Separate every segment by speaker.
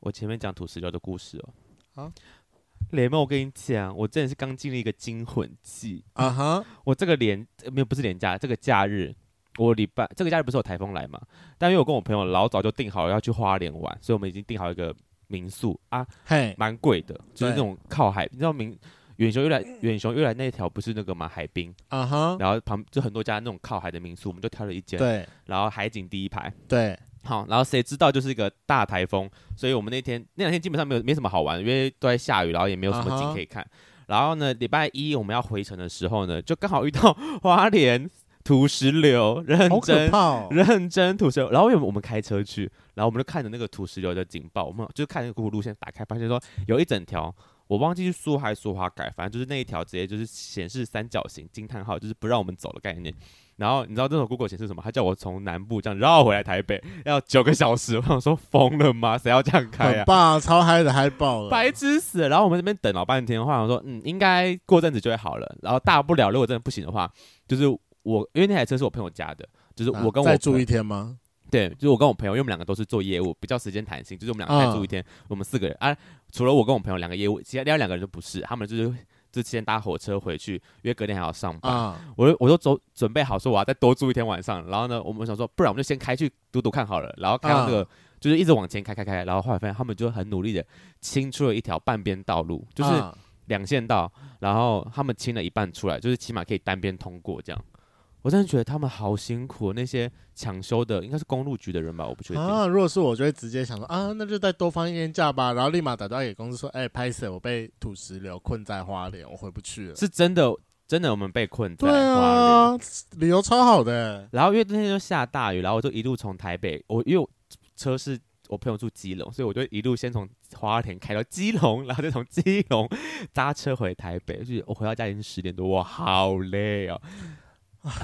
Speaker 1: 我前面讲土石流的故事哦。
Speaker 2: 好
Speaker 1: 雷梦，我跟你讲，我真的是刚经历一个惊魂记。
Speaker 2: 啊哈，
Speaker 1: 我这个连呃没有不是连假，这个假日我礼拜这个假日不是有台风来嘛？但因为我跟我朋友老早就定好了要去花莲玩，所以我们已经定好一个民宿啊，
Speaker 2: 嘿，
Speaker 1: 蛮贵的，就是那
Speaker 2: 对
Speaker 1: 种靠海，你知道民远雄越来远雄越来那一条不是那个嘛海滨，
Speaker 2: 啊哈，
Speaker 1: 然后旁就很多家那种靠海的民宿，我们就挑了一间，
Speaker 2: 对
Speaker 1: 然后海景第一排。
Speaker 2: 对，
Speaker 1: 好，然后谁知道就是一个大台风，所以我们那天那两天基本上没有没什么好玩的，因为都在下雨，然后也没有什么
Speaker 2: 啊
Speaker 1: 景
Speaker 2: 哈
Speaker 1: 可以看。然后呢，礼拜一我们要回程的时候呢，就刚好遇到 花莲土石流，认
Speaker 2: 好可
Speaker 1: 真、
Speaker 2: 怕哦，
Speaker 1: 认真土石流。然后因为我们开车去，然后我们就看着那个土石流的警报，我们就看那个 Google 路线，打开发现说有一整条。我忘记是苏还是苏花改，反正就是那一条直接就是显示三角形惊叹号，就是不让我们走的概念。然后你知道这种 Google 显示什么？他叫我从南部这样绕回来台北，要九个小时。我想说疯了吗？谁要这样开
Speaker 2: 很
Speaker 1: 啊？
Speaker 2: 棒，超嗨的，嗨爆了，
Speaker 1: 白痴死了！然后我们这边等老半天，话想说，嗯，应该过阵子就会好了。然后大不了如果真的不行的话，就是我因为那台车是我朋友家的，就是
Speaker 2: 啊
Speaker 1: 我跟我、
Speaker 2: 再住一天吗？
Speaker 1: 对，就是我跟我朋友，因为我们两个都是做业务，比较时间弹性，就是我们两个再住一天，我们四个人啊，除了我跟我朋友两个业务，其他另外两个人就不是，他们就是就先搭火车回去，因为隔天还要上班。
Speaker 2: 啊，
Speaker 1: 我就我就走准备好说我要再多住一天晚上，然后呢，我们想说，不然我们就先开去读读看好了，然后开到那个、就是一直往前开开开，然后后来发现他们就很努力的清出了一条半边道路，就是
Speaker 2: 啊
Speaker 1: 两线道，然后他们清了一半出来，就是起码可以单边通过这样。我真的觉得他们好辛苦，那些抢修的应该是公路局的人吧，我不确定。
Speaker 2: 啊，如果是我，就会直接想说啊，那就再多放一天假吧，然后立马打电话给公司说，哎，拍摄我被土石流困在花莲，我回不去了。
Speaker 1: 是真的，真的我们被困在
Speaker 2: 对
Speaker 1: 花莲。
Speaker 2: 啊，理由超好的，
Speaker 1: 然后因为那天就下大雨，然后我就一路从台北，我因为我车是我朋友住基隆，所以我就一路先从花莲开到基隆，然后再从基隆搭车回台北。就是哦我回到家已经十点多，我好累哦。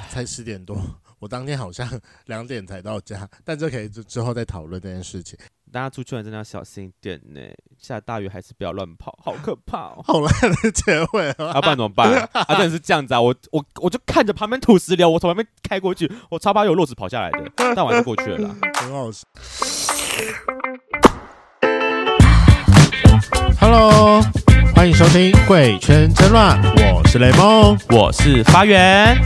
Speaker 2: 才十点多，我当天好像两点才到家，但这可以之之后再讨论这件事情。。
Speaker 1: 大家出去玩真的要小心一点呢，下大雨还是不要乱跑，好可怕哦
Speaker 2: 好烂的结尾啊！
Speaker 1: 啊，不然怎么办？啊，真的是这样子啊！我我我就看着旁边土石流，我从旁边开过去，我超怕有落子跑下来的，但我还是过去了啦。
Speaker 2: 很好笑。Hello，欢迎收听《贵圈争乱》，我是雷梦。
Speaker 1: 我是发源。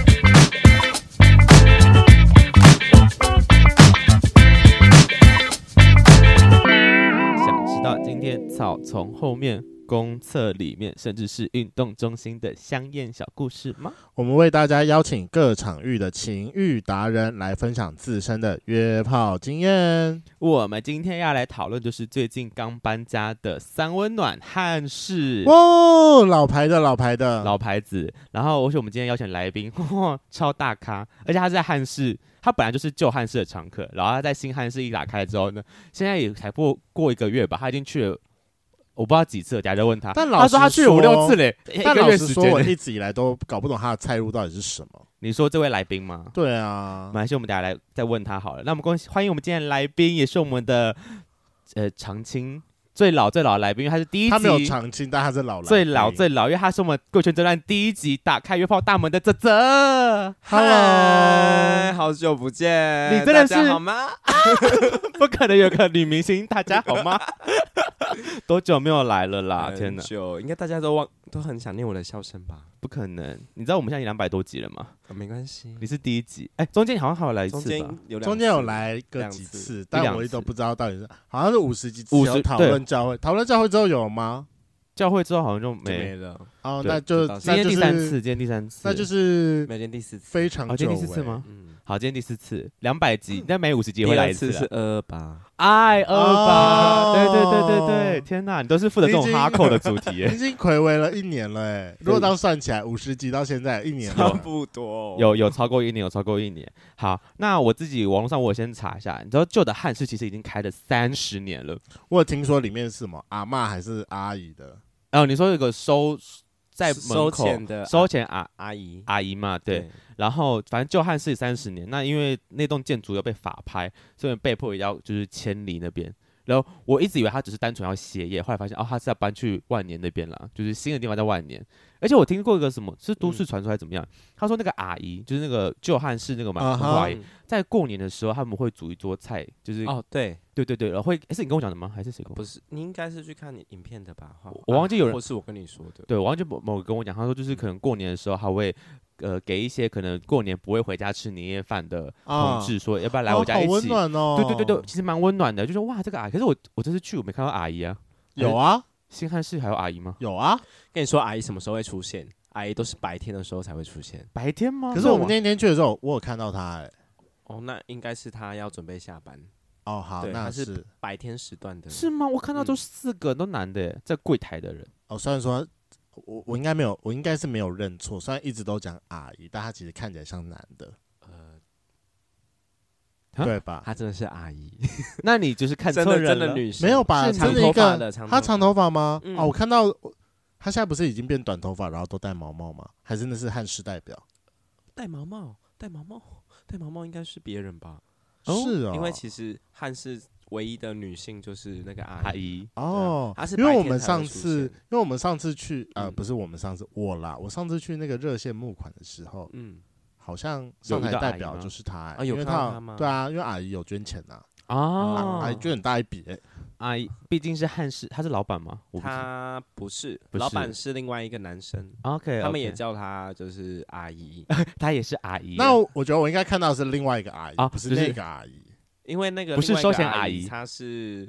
Speaker 1: 想知道今天草丛后面、公厕里面，甚至是运动中心的香艳小故事吗？
Speaker 2: 我们为大家邀请各场域的情欲达人来分享自身的约炮经验。
Speaker 1: 我们今天要来讨论，就是最近刚搬家的三温暖汉室。
Speaker 2: 哇哦，老牌的老牌的，
Speaker 1: 老牌子，然后而且我们今天邀请来宾， 哇，超大咖，而且他是在汉室，他本来就是旧汉室的常客，然后他在新汉室一打开之后呢，现在也才过过一个月吧，他已经去了，我不知道几次了，等下再问他。
Speaker 2: 但老
Speaker 1: 他说他
Speaker 2: 实
Speaker 1: 去了五六次
Speaker 2: 说
Speaker 1: 嘞，
Speaker 2: 但
Speaker 1: 一个
Speaker 2: 老
Speaker 1: 月
Speaker 2: 实
Speaker 1: 时
Speaker 2: 说，我
Speaker 1: 间嘞。
Speaker 2: 一直以来都搞不懂他的菜入到底是什么。
Speaker 1: 你说这位来宾吗？
Speaker 2: 对啊，
Speaker 1: 马来西亚，我们等下来再问他好了。那我们恭喜欢迎我们今天的来宾，也是我们的呃常青最老最老的来宾，因为他是第一集
Speaker 2: 他没有长青，但他是老来
Speaker 1: 最老
Speaker 2: 宾
Speaker 1: 最老，因为他是我们贵圈争乱第一集打开约炮大门的泽泽。
Speaker 3: 嗨
Speaker 2: Hello，
Speaker 3: 好久不见，
Speaker 1: 你真的是
Speaker 3: 大家好吗？
Speaker 1: 不可能有个女明星，大家好吗？ 多久没有来了啦？啊天
Speaker 3: 很
Speaker 1: 哪，
Speaker 3: 久应该大家都忘，都很想念我的笑声吧？
Speaker 1: 不可能！你知道我们现在两百多集了吗？
Speaker 3: 啊没关系，
Speaker 1: 你是第一集，哎、中间好像还有来一
Speaker 3: 中
Speaker 1: 次
Speaker 3: 间
Speaker 1: 吧？
Speaker 3: 有两次
Speaker 2: 中间有来个
Speaker 3: 两
Speaker 2: 几
Speaker 3: 次
Speaker 2: 次，
Speaker 1: 一
Speaker 2: 但
Speaker 1: 两
Speaker 2: 我也都
Speaker 1: 次
Speaker 2: 不知道到底是好像是五十几次
Speaker 1: 50
Speaker 2: 有讨论教会，讨论教会之后有吗？
Speaker 1: 教会之后好像就
Speaker 3: 就
Speaker 1: 没。
Speaker 3: 没了，
Speaker 2: 哦，
Speaker 1: 对
Speaker 2: 那就
Speaker 3: 知道
Speaker 1: 今
Speaker 2: 那
Speaker 1: 天
Speaker 2: 就
Speaker 1: 第三次，
Speaker 2: 是
Speaker 1: 今天第三次，
Speaker 2: 那就是
Speaker 3: 每天第四次，
Speaker 2: 非常
Speaker 1: 哦，今
Speaker 2: 久
Speaker 1: 天第四次
Speaker 2: 欸？
Speaker 1: 吗？
Speaker 3: 嗯，
Speaker 1: 好，今天第四次，两百集，但每五十集
Speaker 3: 第
Speaker 1: 也会来
Speaker 3: 二
Speaker 1: 一
Speaker 3: 次
Speaker 1: 次啊
Speaker 3: 是
Speaker 1: 啦。
Speaker 3: 二二八，
Speaker 1: 爱二吧，
Speaker 2: 哦
Speaker 1: 对对对对对，天哪，你都是负责这种
Speaker 2: 你已经
Speaker 1: 哈扣的主题
Speaker 2: 已
Speaker 1: 耶。
Speaker 2: 经暌违了一年了哎，如果到算起来五十集到现在一年
Speaker 3: 差
Speaker 2: 了，
Speaker 3: 不多
Speaker 1: 有有超过一年，有超过一年。好，那我自己网络上我有先查一下，你知道旧的汉室其实已经开了三十年了。
Speaker 2: 我有听说里面是什么阿嬷还是阿姨的，
Speaker 1: 哦，你说有个收在门
Speaker 3: 收
Speaker 1: 口
Speaker 3: 钱的
Speaker 1: 收钱阿
Speaker 3: 阿姨，
Speaker 1: 阿姨嘛，对。，然后反正旧汉室三十年，那因为那栋建筑要被法拍，所以被迫也要就是迁离那边。然后我一直以为他只是单纯要歇业，后来发现哦，他是要搬去万年那边啦，就是新的地方在万年。而且我听过一个什么是都市传说还是怎么样，他说那个阿姨就是那个旧汉室那个嘛，
Speaker 2: 嗯啊
Speaker 1: 文化
Speaker 2: 哈
Speaker 1: 阿姨在过年的时候他们会煮一桌菜，就是、
Speaker 3: 哦，对，
Speaker 1: 对对对，然后会诶是你跟我讲的吗？还是谁
Speaker 2: 哦
Speaker 1: 跟我？
Speaker 3: 不是，你应该是去看你影片的吧？花
Speaker 1: 我我忘记有人
Speaker 3: 或是我跟你说的。
Speaker 1: 对，我忘记某某个跟我讲，他说就是可能过年的时候他会。呃，给一些可能过年不会回家吃年夜饭的同
Speaker 2: 啊，
Speaker 1: 志说，要不要来
Speaker 2: 哦
Speaker 1: 我家
Speaker 2: 好
Speaker 1: 一
Speaker 2: 温
Speaker 1: 起？
Speaker 2: 暖哦。
Speaker 1: 对对对对，，其实蛮温暖的，就是哇，这个啊阿姨，可是我我这次去我没看到阿姨啊，
Speaker 2: 有啊
Speaker 1: 新汉市还有阿姨吗？
Speaker 2: 有啊。
Speaker 3: 跟你说，阿姨什么时候会出现？阿姨都是白天的时候才会出现。
Speaker 1: 白天哦吗？
Speaker 2: 可是我们那天去的时候，我有看到他哎。
Speaker 3: 哦，那应该是她要准备下班，
Speaker 2: 哦，好，
Speaker 3: 对
Speaker 2: 那
Speaker 3: 他是
Speaker 2: 是
Speaker 3: 白天时段的。
Speaker 1: 是吗？我看到都
Speaker 3: 嗯
Speaker 1: 四个都男的耶，在柜台的人，
Speaker 2: 哦，虽然说我我应该没有，我应该是没有认错，虽然一直都讲阿姨，但他其实看起来像男的，
Speaker 3: 呃，
Speaker 1: 啊
Speaker 2: 对吧？
Speaker 3: 她真的是阿姨，
Speaker 1: 那你就是看错
Speaker 3: 真的
Speaker 1: 人
Speaker 3: 真
Speaker 1: 了
Speaker 3: 的女生
Speaker 2: 没有吧？
Speaker 1: 是
Speaker 2: 真
Speaker 1: 长
Speaker 2: 的一
Speaker 3: 头发
Speaker 2: 个
Speaker 3: 的长头
Speaker 2: 他
Speaker 3: 发
Speaker 2: 长头发吗？
Speaker 3: 嗯
Speaker 2: 哦，我看到他现在不是已经变短头发，然后都戴毛毛吗？还是那是汉室代表？
Speaker 3: 戴毛帽，戴毛帽，戴毛帽应该是别人吧？
Speaker 1: 哦
Speaker 2: 是哦，
Speaker 3: 因为其实汉室唯一的女性就是那个阿
Speaker 1: 阿
Speaker 3: 姨。
Speaker 1: 姨，
Speaker 2: 哦，
Speaker 3: 啊他是
Speaker 2: 因为
Speaker 3: 白
Speaker 2: 我
Speaker 3: 天
Speaker 2: 们
Speaker 3: 才会
Speaker 2: 上
Speaker 3: 出
Speaker 2: 次，
Speaker 3: 现
Speaker 2: 因为我们上次去呃，
Speaker 3: 嗯
Speaker 2: 不是我们上次我啦，我上次去那个热线募款的时候，
Speaker 3: 嗯，
Speaker 2: 好像上
Speaker 1: 有遇
Speaker 2: 台
Speaker 1: 到
Speaker 2: 代
Speaker 1: 阿姨
Speaker 2: 表
Speaker 1: 吗
Speaker 2: 就是他、
Speaker 3: 啊有
Speaker 2: 因为
Speaker 3: 看到
Speaker 2: 他
Speaker 3: 她吗
Speaker 2: 对啊，因为阿姨有捐钱呐、啊，
Speaker 1: 啊，
Speaker 2: 阿姨捐很大一笔、欸
Speaker 1: 阿姨毕竟是汉室，她是老板吗？我不知
Speaker 3: 她不是，
Speaker 1: 不
Speaker 3: 老
Speaker 1: 是哎
Speaker 3: 板是另外一个男生，
Speaker 1: OK，
Speaker 3: 他们也
Speaker 1: 叫，
Speaker 3: 叫她就是阿姨，
Speaker 1: 她也是阿姨。
Speaker 2: 那我我觉得我应该看到的是另外一个阿姨，
Speaker 1: 啊
Speaker 2: 不是
Speaker 1: 就是
Speaker 2: 那个阿姨。
Speaker 3: 因为那个
Speaker 1: 不是
Speaker 3: 另外一
Speaker 1: 收
Speaker 3: 个
Speaker 1: 钱
Speaker 3: 阿
Speaker 1: 阿
Speaker 3: 姨，
Speaker 1: 姨
Speaker 3: 她是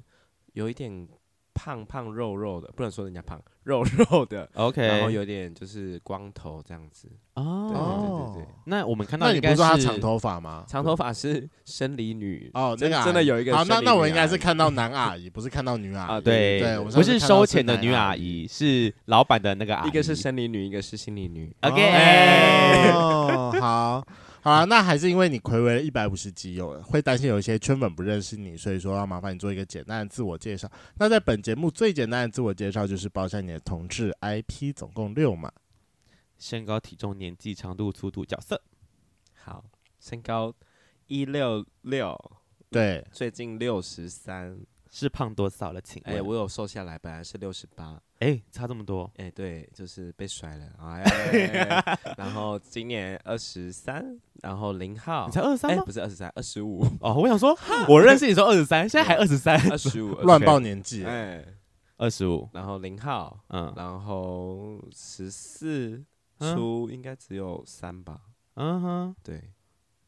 Speaker 3: 有一点胖胖肉肉的，不能说人家胖，肉肉的，
Speaker 1: OK，
Speaker 3: 然后有点就是光头这样子。对对
Speaker 1: 哦，
Speaker 3: 对对
Speaker 2: 哦
Speaker 3: 对，
Speaker 1: 那我们看到
Speaker 2: 那你
Speaker 1: 应
Speaker 2: 不是
Speaker 1: 该
Speaker 2: 说她
Speaker 1: 是
Speaker 2: 长头发吗？
Speaker 3: 长头发是生理女
Speaker 2: 哦，那
Speaker 3: 真
Speaker 2: 个阿姨
Speaker 3: 真的有一个
Speaker 2: 好，那
Speaker 3: 生理
Speaker 2: 那我
Speaker 3: 女
Speaker 2: 应该
Speaker 3: 阿
Speaker 2: 是
Speaker 3: 姨
Speaker 2: 看到男阿姨，不是看到女阿
Speaker 3: 啊
Speaker 2: 姨。
Speaker 1: 对
Speaker 2: 对我上
Speaker 1: 不
Speaker 2: 次
Speaker 1: 是
Speaker 2: 看到
Speaker 1: 收
Speaker 2: 是
Speaker 1: 钱的
Speaker 2: 男
Speaker 1: 女
Speaker 2: 阿
Speaker 1: 阿
Speaker 2: 姨
Speaker 1: 姨，是老板的那个阿姨，
Speaker 3: 一个是生理女，一个是心理女。
Speaker 1: OK，
Speaker 2: 哦，好，好啦，那还是因为你暌违了一百五十集有，会担心有一些圈粉不认识你，所以说要麻烦你做一个简单的自我介绍。那在本节目最简单的自我介绍就是报一下你的同志 IP，总共六嘛。
Speaker 1: 身高、体重、年纪、长度、粗度、角色。
Speaker 3: 好，身高一六六，
Speaker 2: 对，
Speaker 3: 最近六十三。
Speaker 1: 是胖多少了？请问，
Speaker 3: 哎，我有瘦下来，本来是六十八。
Speaker 1: 哎差这么多，
Speaker 3: 哎，对，就是被甩了。哎， 然后今年二十三，然后零号
Speaker 1: 你。才二三
Speaker 3: 哎，
Speaker 1: 吗？
Speaker 3: 不是二十三，二 十五，
Speaker 1: 哦，我想说，我认识你说二十三，现在还二十三，
Speaker 3: 二十五，
Speaker 2: 乱报年纪。
Speaker 3: 哎，
Speaker 1: 二十五，
Speaker 3: 然后零号，
Speaker 1: 嗯
Speaker 3: 然后十四
Speaker 1: 嗯
Speaker 3: 出应该只有三吧？
Speaker 1: 嗯哼，
Speaker 3: 对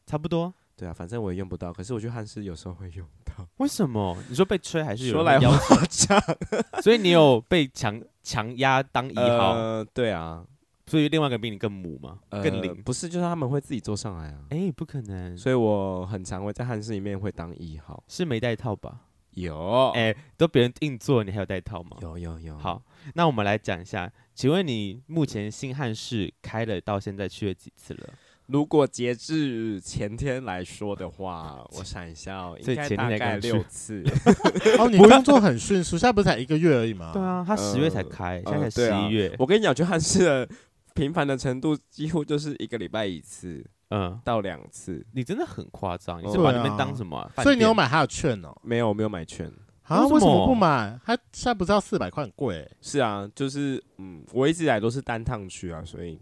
Speaker 1: 差不多。
Speaker 3: 对啊，反正我也用不到，可是我去汉室有时候会用到。
Speaker 1: 为什么？你说被吹还是有
Speaker 3: 说
Speaker 1: 人
Speaker 3: 来
Speaker 1: 会要？
Speaker 3: 话长，
Speaker 1: 所以你有被强强压当一号，
Speaker 3: 呃，对啊，
Speaker 1: 所以另外一个比你更母吗？
Speaker 3: 呃
Speaker 1: 更灵？
Speaker 3: 不是，就是他们会自己坐上来啊。
Speaker 1: 哎、不可能，
Speaker 3: 所以我很常会在汉室里面会当一号，
Speaker 1: 是没带套吧？
Speaker 3: 有，
Speaker 1: 哎、都别人硬做，你还有带套吗？
Speaker 3: 哦有有有，，
Speaker 1: 好，那我们来讲一下，请问你目前新汉市开了到现在去了几次了？
Speaker 3: 如果截至前天来说的 话，我想一下哦，
Speaker 1: 所
Speaker 3: 应
Speaker 1: 以前
Speaker 3: 该
Speaker 1: 天
Speaker 3: 大
Speaker 1: 才
Speaker 3: 概
Speaker 1: 刚去
Speaker 3: 六次，
Speaker 2: 哦，你工作很迅速，现在不是才一个月而已吗？
Speaker 1: 对。啊，他十月才
Speaker 3: 呃
Speaker 1: 开，
Speaker 3: 呃
Speaker 1: 现在才
Speaker 3: 对啊
Speaker 1: 十一月，
Speaker 3: 我跟你讲，去汉室的频繁的程度几乎就是一个礼拜一次
Speaker 1: 嗯，
Speaker 3: 到两次。
Speaker 1: 你真的很夸张，你是
Speaker 3: 对
Speaker 1: 把
Speaker 2: 啊
Speaker 1: 那边当什么啊、饭
Speaker 2: 所以你有
Speaker 1: 店
Speaker 2: 买他的券哦？
Speaker 3: 没有，我没有买券。
Speaker 2: 啊，为
Speaker 1: 为什
Speaker 2: 什么
Speaker 1: 么
Speaker 2: 不买？他现在不是要四百块，很贵欸、
Speaker 3: 是啊，就是嗯，我一直以来都是单趟去啊，所以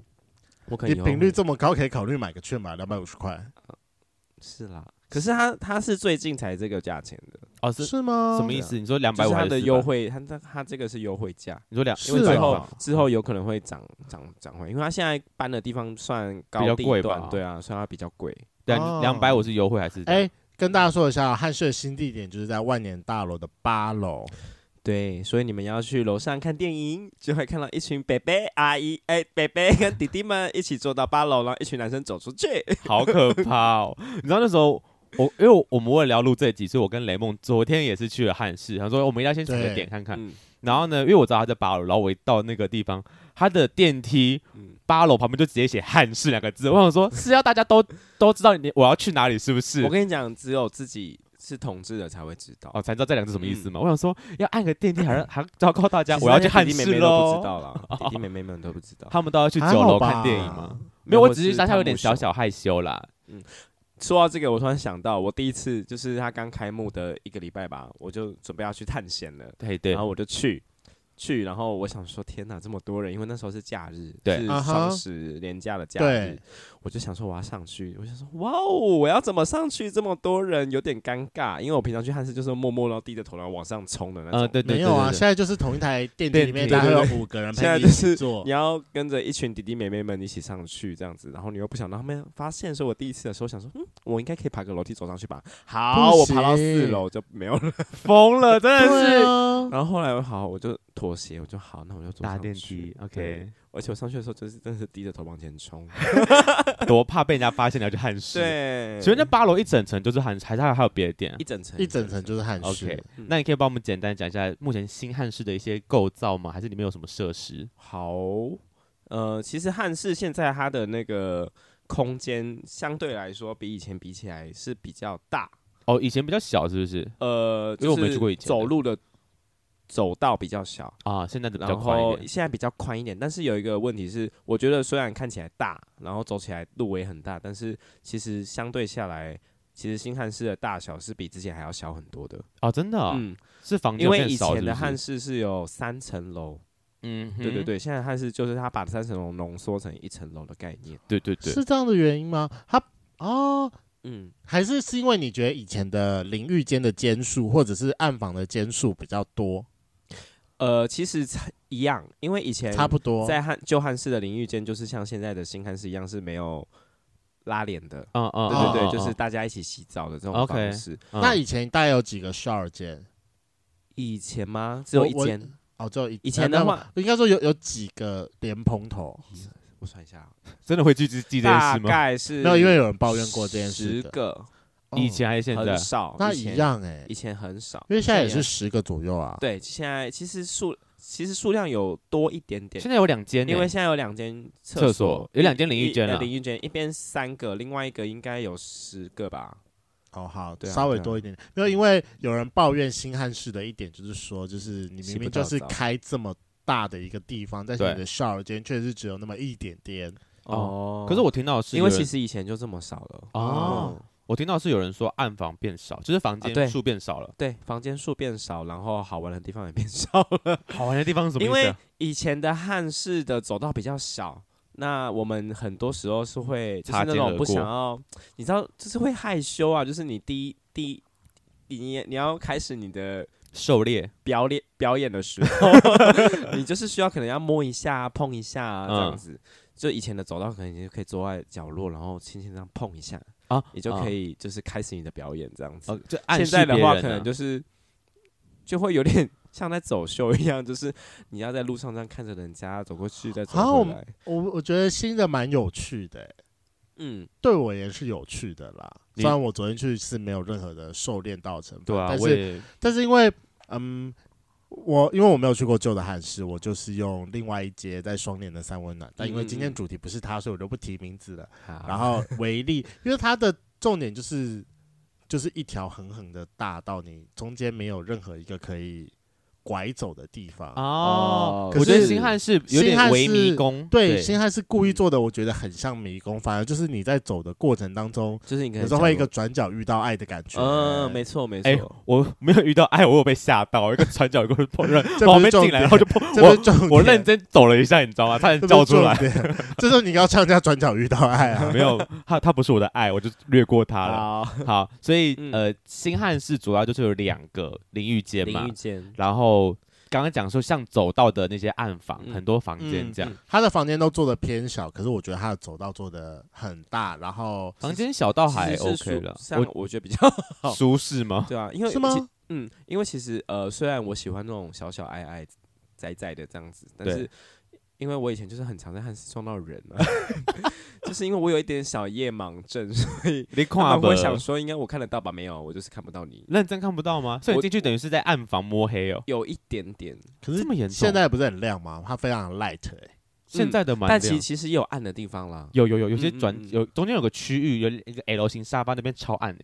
Speaker 3: 我可能
Speaker 2: 你
Speaker 3: 以后哦
Speaker 2: 频率
Speaker 3: 会
Speaker 2: 这么高，可以考虑买个券吧，两百五十块，
Speaker 3: 是啦。可是他他是最近才这个价钱的，
Speaker 1: 哦是
Speaker 2: 是吗？
Speaker 1: 什么意
Speaker 3: 对
Speaker 1: 思？你说两百
Speaker 3: 就
Speaker 1: 五
Speaker 3: 是他
Speaker 1: 还
Speaker 3: 的
Speaker 1: 是
Speaker 3: 优
Speaker 1: 400？
Speaker 3: 惠，他他他这个是优惠价，
Speaker 1: 你说两，
Speaker 2: 是
Speaker 3: 因为
Speaker 2: 啊
Speaker 3: 之
Speaker 1: 最
Speaker 3: 后之后有可能会涨涨涨回来，因为他现在搬的地方算
Speaker 1: 比
Speaker 3: 高
Speaker 1: 较
Speaker 3: 地
Speaker 1: 贵
Speaker 3: 段
Speaker 1: 吧，
Speaker 3: 对啊，所以它比较贵。
Speaker 1: 对
Speaker 2: 哦
Speaker 1: 两百五是优惠还是？
Speaker 2: 哎、跟大家说一下，汉室的新地点就是在万年大楼的八楼。
Speaker 3: 对，所以你们要去楼上看电影，就会看到一群北北阿姨，哎、北北跟弟弟们一起坐到八楼，然后一群男生走出去。
Speaker 1: 好可怕 哦！你知道那时候我，因为我们为了要录这一集，所以我跟雷梦昨天也是去了汉室，想说我们一定要先踩个
Speaker 2: 对
Speaker 1: 点 看看。
Speaker 3: 嗯
Speaker 1: 然后呢，因为我知道他在八楼，然后我一到那个地方，他的电梯
Speaker 3: 嗯，
Speaker 1: 八楼旁边就直接写“汉室”两个字，我想说是要大家都 都知道你我要去哪里是不是
Speaker 3: 我？跟你讲，只有自己是同志的才会知道。
Speaker 1: 哦，才知道这两个字什么意思嘛？我想说要按个电梯， 还让还昭告大家
Speaker 3: 嗯其实
Speaker 1: 我要
Speaker 3: 那
Speaker 1: 去
Speaker 3: 些
Speaker 1: 汉
Speaker 3: 弟弟妹
Speaker 1: 室
Speaker 3: 妹都不
Speaker 1: 喽
Speaker 3: 知。道啦，弟弟妹妹们都 不知道。
Speaker 1: 他们都要去
Speaker 2: 还
Speaker 1: 九
Speaker 2: 好
Speaker 1: 楼
Speaker 2: 吧
Speaker 1: 看电影吗？没有，我只是当下有点小小害羞啦。
Speaker 3: 说到这个，我突然想到，我第一次就是他刚开幕的一个礼拜吧，我就准备要去探险了，
Speaker 1: 对对
Speaker 3: 然后我就去去，然后我想说，天哪，这么多人，因为那时候是假日，
Speaker 1: 对
Speaker 3: 是
Speaker 2: 啊哈
Speaker 3: 双十连假的假日
Speaker 2: 对，
Speaker 3: 我就想说我要上去，我想说，哇哦，我要怎么上去？这么多人，有点尴尬，因为我平常去汉室就是默默然后低着头然后往上冲的那种，
Speaker 1: 呃，对对对
Speaker 2: 没有啊，
Speaker 1: 对对
Speaker 2: 现在就是同一台电梯里面，
Speaker 1: 电
Speaker 2: 大
Speaker 1: 梯
Speaker 2: 概
Speaker 3: 对
Speaker 2: 有五个人
Speaker 3: 现在
Speaker 2: 陪你
Speaker 3: 就
Speaker 2: 一起
Speaker 3: 是
Speaker 2: 坐
Speaker 3: 你。要跟着一群弟弟妹妹们一起上去这样子，然后你又不想让他们发现。所以我第一次的时候想说，嗯，我应该可以爬个楼梯走上去吧。好，
Speaker 2: 不
Speaker 3: 我爬到四
Speaker 2: 行
Speaker 3: 楼就没有了。
Speaker 1: 疯了，真
Speaker 2: 对
Speaker 1: 的是
Speaker 2: 啊，
Speaker 3: 然后后来我好，我就妥协，我就好，那我就走
Speaker 1: 搭
Speaker 3: 上
Speaker 1: 电
Speaker 3: 去
Speaker 1: 梯
Speaker 3: 对
Speaker 1: ，OK，
Speaker 3: 而且我上去的时候就是真的是低着头往前 冲。
Speaker 1: 多怕被人家发现你要去汗湿。，
Speaker 3: 对，
Speaker 1: 请问那八楼一整层就是汗，还是还有别的店
Speaker 3: 一整层
Speaker 2: 一整层就是汉室
Speaker 1: OK，
Speaker 3: 嗯
Speaker 1: 那你可以帮我们简单讲一下目前新汉室的一些构造吗？还是里面有什么设施？
Speaker 3: 好，呃，其实汉室现在它的那个空间相对来说比以前比起来是比较大。
Speaker 1: 哦，以前比较小是不是？
Speaker 3: 呃，
Speaker 1: 因为我没
Speaker 3: 就是
Speaker 1: 去过以前的
Speaker 3: 走路的走道比较小，
Speaker 1: 啊，现在的比较
Speaker 3: 然
Speaker 1: 宽一
Speaker 3: 后
Speaker 1: 点。
Speaker 3: 现在比较宽一点，但是有一个问题是，我觉得虽然看起来大，然后走起来路也很大，但是其实相对下来，其实新汉室的大小是比之前还要小很多的。
Speaker 1: 哦，真的哦、
Speaker 3: 嗯，
Speaker 1: 是房间
Speaker 3: 因
Speaker 1: 有
Speaker 3: 为
Speaker 1: 变
Speaker 3: 以
Speaker 1: 少
Speaker 3: 前
Speaker 1: 是
Speaker 3: 的汉
Speaker 1: 不是？
Speaker 3: 室是有三层楼，
Speaker 1: 嗯哼，
Speaker 3: 对对对，现在汉室就是它把三层楼浓缩成一层楼的概念。
Speaker 1: 对对对，
Speaker 2: 是这样的原因吗？他哦，
Speaker 3: 嗯，
Speaker 2: 还是是因为你觉得以前的淋浴间的间数或者是暗房的间数比较多，
Speaker 3: 呃，其实差一样，因为以
Speaker 1: 哎
Speaker 3: 前
Speaker 2: 差不多。
Speaker 3: 在汉旧汉室的淋浴间，就是像现在的新汉室一样是没有拉帘的，
Speaker 1: 嗯嗯，
Speaker 3: 对对
Speaker 1: 嗯
Speaker 2: 哦
Speaker 3: 对，
Speaker 1: 嗯
Speaker 3: 就是大家一起洗澡的这种
Speaker 1: OK
Speaker 3: 方式。
Speaker 1: 嗯
Speaker 2: 那以前大概有几个 shower 间？
Speaker 3: 以前吗？只有一
Speaker 2: 我
Speaker 3: 间。
Speaker 2: 哦，只有一。
Speaker 3: 以前的话
Speaker 2: 呃，那么应该说有有几个莲蓬头，
Speaker 3: 我算一下啊，
Speaker 1: 真的会记记记这件
Speaker 3: 大
Speaker 1: 事吗？
Speaker 3: 概是
Speaker 2: 没有，因为有人抱怨过这件事
Speaker 3: 十
Speaker 2: 的。
Speaker 3: 个，
Speaker 2: 哦
Speaker 1: 以前还是现在
Speaker 3: 很？少。
Speaker 2: 那
Speaker 3: 以前
Speaker 2: 一，样哎，
Speaker 3: 以前很少，
Speaker 2: 因为现在也是
Speaker 3: 现
Speaker 2: 十个左右啊。
Speaker 3: 对。现在其实数其实数量有多一点点
Speaker 1: 现，在有两间呢，
Speaker 3: 因为现在有两欸间
Speaker 1: 厕
Speaker 3: 所
Speaker 1: 所，有两间淋浴
Speaker 3: 一
Speaker 1: 间
Speaker 3: 呃
Speaker 2: 啊
Speaker 1: 了
Speaker 3: 淋浴间一边三个，另外一个应该有十个吧。
Speaker 2: 哦，好，
Speaker 3: 对啊
Speaker 2: 稍微
Speaker 3: 对啊
Speaker 2: 多一点，没有，因为有人抱怨新汉室的一点就是说，就是你
Speaker 3: 洗
Speaker 2: 明
Speaker 3: 不
Speaker 2: 明
Speaker 3: 到
Speaker 2: 就是
Speaker 3: 澡
Speaker 2: 开这么大的一个地方，但是
Speaker 1: 对
Speaker 2: 你的 shower 间确实只有那么一点点。
Speaker 1: 哦
Speaker 3: 哦
Speaker 1: 可是我听到的是
Speaker 3: 因为
Speaker 1: 有人
Speaker 3: 其实以前就这么少了。
Speaker 1: 哦，
Speaker 3: 嗯
Speaker 1: 我听到是有人说暗房变少，就是房
Speaker 3: 啊对
Speaker 1: 间数变少了。
Speaker 3: 对，房间数变少，然后好玩的地方也变少 了。
Speaker 1: 好玩的地方是什么
Speaker 3: 因
Speaker 1: 意思
Speaker 3: 为
Speaker 1: 啊？
Speaker 3: 以前的汉室的走道比较小，那我们很多时候是会就是
Speaker 1: 擦
Speaker 3: 那
Speaker 1: 肩
Speaker 3: 种
Speaker 1: 而
Speaker 3: 不
Speaker 1: 过
Speaker 3: 想要，你知道，就是会害羞啊，就是你第一第一你你要开始你的
Speaker 1: 狩猎
Speaker 3: 表演表演的时候， 你就是需要可能要摸一下、碰一下、啊、这样
Speaker 1: 嗯
Speaker 3: 子。就以前的走道，可能你就可以坐在角落，然后轻轻这样碰一下，
Speaker 1: 啊，
Speaker 3: 你就可
Speaker 1: 以。
Speaker 3: 以就是开始你的表演这样子。
Speaker 1: 哦，就暗
Speaker 3: 现
Speaker 1: 示
Speaker 3: 在的
Speaker 1: 别
Speaker 3: 话，
Speaker 1: 人
Speaker 3: 可能
Speaker 1: 啊
Speaker 3: 就是就会有点像在走秀一样，就是你要在路上这样看着人家走过去，再走
Speaker 2: 啊我
Speaker 3: 回
Speaker 2: 们
Speaker 3: 来。
Speaker 2: 我我觉得新的蛮有趣的欸、
Speaker 3: 嗯，
Speaker 2: 对我也是有趣的啦。
Speaker 1: 你
Speaker 2: 虽然我昨天去是没有任何的狩猎到成分，
Speaker 1: 对啊，
Speaker 2: 但
Speaker 1: 我
Speaker 2: 是
Speaker 1: 也
Speaker 2: 但是因为嗯，我因为我没有去过旧的汉室，我就是用另外一间在双联的三温暖，但因为今
Speaker 3: 嗯嗯啊
Speaker 2: 天
Speaker 3: 嗯
Speaker 2: 主题不是它，所以我就不提名字了。
Speaker 3: 好
Speaker 2: 然后维力，因为它的重点就是就是一条横横的大道，你中间没有任何一个可以拐走的地方。
Speaker 3: 啊
Speaker 1: 哦，
Speaker 3: 可
Speaker 1: 我觉得
Speaker 2: 是
Speaker 1: 星汉是有
Speaker 2: 星汉
Speaker 1: 点为
Speaker 2: 是
Speaker 1: 迷宫，
Speaker 2: 对，新汉是故意做的，我觉得很像迷宫，反而就是你在走的过程当中，
Speaker 3: 就是你可能
Speaker 2: 有时候会一
Speaker 3: 角
Speaker 2: 个转角遇到爱的感觉。
Speaker 3: 落，嗯，没错没
Speaker 1: 哎
Speaker 3: 错。
Speaker 1: 我没有遇到，哎，我有被吓到，一个转角有个碰，
Speaker 2: 这
Speaker 1: 然后
Speaker 2: 不
Speaker 1: 被
Speaker 2: 是重
Speaker 1: 进来，
Speaker 2: 点
Speaker 1: 然后就碰
Speaker 2: 这不
Speaker 1: 我
Speaker 2: 是，重点，
Speaker 1: 我认真走了一下，你知道吗？差点
Speaker 2: 这不
Speaker 1: 叫
Speaker 2: 是
Speaker 1: 出
Speaker 2: 重
Speaker 1: 来。
Speaker 2: 点， 这时候你要唱人家转角遇到爱啊。
Speaker 1: 没有，他他不是我的爱，我就略过他了。
Speaker 3: 好，
Speaker 1: 好，所以
Speaker 3: 啊嗯
Speaker 1: 呃，新汉室主要就是有两个淋浴间
Speaker 3: 淋
Speaker 1: 嘛
Speaker 3: 浴，间，
Speaker 1: 然后刚刚讲说像走道的那些暗房，
Speaker 3: 嗯
Speaker 1: 很多房间这样
Speaker 3: 嗯，
Speaker 2: 他的房间都做的偏小，可是我觉得他的走道做的很大，然后
Speaker 1: 房间小到还
Speaker 3: 其实是
Speaker 1: OK
Speaker 3: 属
Speaker 1: 了，
Speaker 3: 像我觉得比较
Speaker 1: 我舒适吗？
Speaker 3: 对啊，因为
Speaker 2: 是吗
Speaker 3: 其？嗯，因为其实呃，虽然我喜欢那种小小矮矮、窄窄的这样子，但
Speaker 1: 对
Speaker 3: 是因为我以前就是很常在汉斯撞到人 啊，就是因为我有一点小夜盲症，所以
Speaker 1: 你
Speaker 3: 他
Speaker 1: 跨
Speaker 3: 们会
Speaker 1: 门
Speaker 3: 想说应该我看得到吧？没有，我就是看不到你，
Speaker 1: 认真看不到吗？所以你
Speaker 3: 我
Speaker 1: 进去等于是在暗房摸黑哦，
Speaker 3: 有一点点，
Speaker 2: 可
Speaker 1: 这
Speaker 2: 是
Speaker 1: 么严重？
Speaker 2: 现在不是很亮吗？它非常 light 哎、
Speaker 1: 现在的蛮
Speaker 3: 嗯但
Speaker 1: 亮
Speaker 3: 其其实也有暗的地方啦。
Speaker 1: 有有有有些
Speaker 3: 嗯嗯
Speaker 1: 转
Speaker 3: 嗯
Speaker 1: 有中间有个区域有一个 L 型沙发那边超暗的，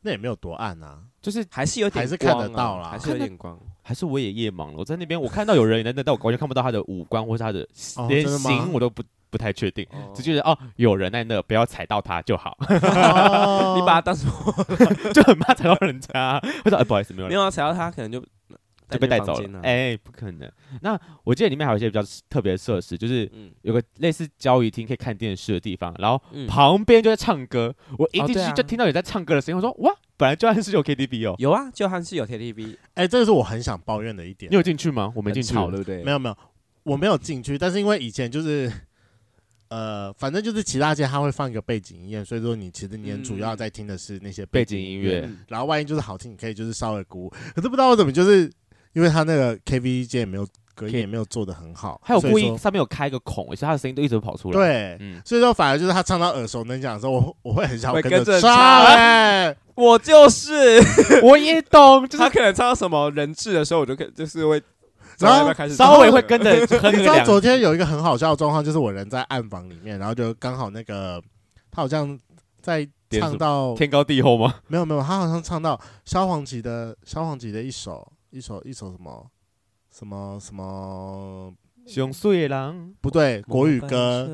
Speaker 2: 那也没有多暗啊。
Speaker 1: 就是
Speaker 3: 还是有
Speaker 2: 还
Speaker 3: 点、光
Speaker 2: 是看得
Speaker 3: 啊
Speaker 2: 到啦
Speaker 3: 还是有
Speaker 1: 看得
Speaker 3: 点光。
Speaker 1: 还是我也夜盲了。我在那边我看到有人也在那，但我完全看不到他的五官或是他的
Speaker 2: 哦
Speaker 1: 连
Speaker 2: 真的吗
Speaker 1: 形我都不不太确定，
Speaker 3: 哦
Speaker 1: 只觉得哦有人在那，不要踩到他就好，
Speaker 3: 你
Speaker 1: 哦
Speaker 2: 你
Speaker 3: 把它当成
Speaker 1: 就很怕踩到人家。或者、哎不好意思，没有
Speaker 3: 没
Speaker 1: 人
Speaker 3: 有啊踩到它，可能就
Speaker 1: 就被带走
Speaker 3: 进房间啊
Speaker 1: 了。哎、不可能。那我记得里面还有一些比较特别的设施，就是
Speaker 3: 嗯
Speaker 1: 有个类似交易厅可以看电视的地方，然后
Speaker 3: 嗯，
Speaker 1: 旁边就在唱歌。我一
Speaker 3: 哦
Speaker 1: 进
Speaker 3: 对
Speaker 1: 去
Speaker 3: 啊
Speaker 1: 就听到有在唱歌的声音，我说哇，本来就按是有 KTV 哦。
Speaker 3: 有啊，就汉是有 KTV，
Speaker 2: 哎、这个是我很想抱怨的一点
Speaker 1: 你。有进去吗？我没进去。
Speaker 3: 吵，对不对？
Speaker 2: 没有没有，我没有进去，但是因为以前就是，呃，反正就是其他街它会放一个背景音乐，所以说你其实你很主要在听的是那些
Speaker 1: 背景
Speaker 2: 景
Speaker 1: 音
Speaker 2: 乐，
Speaker 1: 乐
Speaker 3: 嗯
Speaker 2: 然后万一就是好听，你可以就是稍微鼓，可是不知道我怎么就是因为它那个 KTV 街也没有隔音也没有做的很好，
Speaker 1: 还有
Speaker 2: 所以
Speaker 1: 故意
Speaker 2: 说
Speaker 1: 上面有开一个孔，所以他的声音都一直跑出来。，
Speaker 2: 对。
Speaker 1: 嗯，
Speaker 2: 所以说，反而就是他唱到耳熟能详的时候，我我会很想
Speaker 3: 会
Speaker 2: 跟
Speaker 3: 跟
Speaker 2: 着
Speaker 3: 着
Speaker 2: 唱、
Speaker 3: 唱
Speaker 2: 哎，
Speaker 3: 我 就是，
Speaker 1: 我也懂，就
Speaker 3: 他
Speaker 1: 是
Speaker 3: 可能唱到什么人质的时候，我就可就是会
Speaker 2: 然后
Speaker 3: 要不要 开始
Speaker 1: 稍微会跟着哼
Speaker 2: 你
Speaker 1: 个
Speaker 2: 知道
Speaker 1: 两。
Speaker 2: 昨天有一个很好笑的状况，就是我人在暗房里面，然后就刚好那个他好像在
Speaker 1: 点什
Speaker 2: 唱
Speaker 1: 么
Speaker 2: 到
Speaker 1: 天高地厚吗？
Speaker 2: 没有没有，他好像唱到萧煌奇的萧煌奇的一首一首一首什么什么什么
Speaker 1: 熊碎狼，
Speaker 2: 不对国语歌，，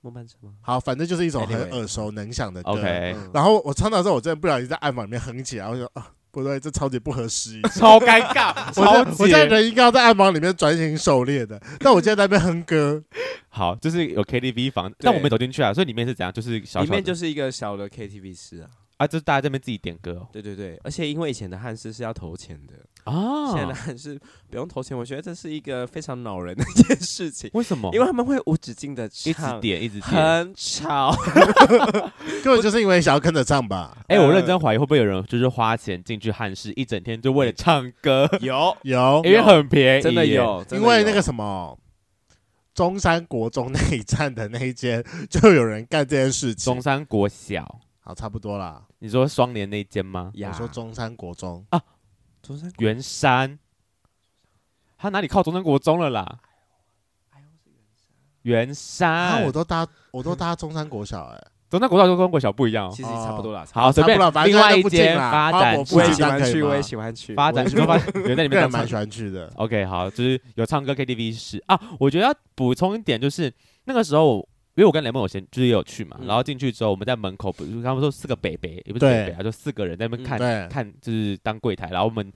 Speaker 3: 末班车吗？
Speaker 2: 好，反正就是一首很
Speaker 3: Anyway
Speaker 2: 耳熟能详的歌。
Speaker 1: OK
Speaker 3: 嗯
Speaker 2: 然后我唱到的时候，我真的不小心在暗房里面哼起来，我就说啊，不对，这超级不合时宜。
Speaker 1: 超尴 尬，
Speaker 2: 我在
Speaker 1: 超
Speaker 2: 我在
Speaker 1: 级
Speaker 2: 人应该要在暗房里面专心狩猎的，但我现在在那边 哼歌，
Speaker 1: 好，就是有 KTV 房，但我没走进去啊，所以里面是怎样？就是小小
Speaker 3: 里面
Speaker 1: 的
Speaker 3: 就是一个小的 KTV 室啊，
Speaker 1: 啊，就是大家这边自己点歌哦
Speaker 3: 对对对，而且因为以前的汉室是要投钱的，
Speaker 1: 啊，
Speaker 3: 现在的汉室不用投钱，我觉得这是一个非常恼人的一件事情，
Speaker 1: 为什么？
Speaker 3: 因为他们会无止境的
Speaker 1: 哦一直
Speaker 3: 唱，
Speaker 1: 点，一直点。
Speaker 3: 很 吵，
Speaker 2: 根本就是因为想要跟着唱吧。
Speaker 1: 哎、
Speaker 3: 呃
Speaker 1: 我认真怀疑会不会有人就是花钱进去汉室，一整天就为了唱歌，
Speaker 3: 有
Speaker 2: 有，
Speaker 1: 因为很便宜，
Speaker 3: 真的。
Speaker 1: 哎
Speaker 3: 有，真
Speaker 2: 因
Speaker 3: 的
Speaker 2: 为
Speaker 3: 有
Speaker 2: 那个什么。中山国中那一站的那一间， 就有人干这件事情
Speaker 1: 中。山国小，
Speaker 2: 好，差不多啦。
Speaker 1: 你说双联那间吗？
Speaker 3: 呀
Speaker 2: 我，说中山国中，
Speaker 3: 中山
Speaker 1: 圆山，他哪里靠中山国中了啦？圆
Speaker 2: 啊，
Speaker 1: 山，
Speaker 2: 我都搭我都搭中山国小 哎、欸，
Speaker 1: 中山国小跟中山国小不一样哦
Speaker 3: 其。实差不多啦，
Speaker 1: 好，随
Speaker 2: 差不
Speaker 1: 便
Speaker 2: 多了，，反正
Speaker 1: 另外
Speaker 2: 就
Speaker 1: 一
Speaker 2: 不近
Speaker 1: 间
Speaker 2: 啦
Speaker 1: 发
Speaker 2: 花博
Speaker 1: 展
Speaker 2: 附
Speaker 3: 我也
Speaker 2: 近
Speaker 3: 喜欢
Speaker 2: 可以
Speaker 3: 去，
Speaker 2: 吗
Speaker 3: 我也喜欢去，
Speaker 1: 发
Speaker 2: 我
Speaker 1: 展
Speaker 2: 也觉得
Speaker 1: 发展，有人 在里
Speaker 2: 个
Speaker 1: 面当
Speaker 2: 人蛮
Speaker 1: 唱
Speaker 2: 喜欢去的。
Speaker 1: OK，好，就是有唱歌 KTV 是啊，我觉得要补充一点，就是那个时候我，因为我跟雷梦有先就是也有去嘛，
Speaker 3: 嗯
Speaker 1: 然后进去之后，我们在门口，不是他们说四个北北，也不是北北啊，就四个人在那边看、
Speaker 2: 对，
Speaker 1: 看，就是当柜台，然后我们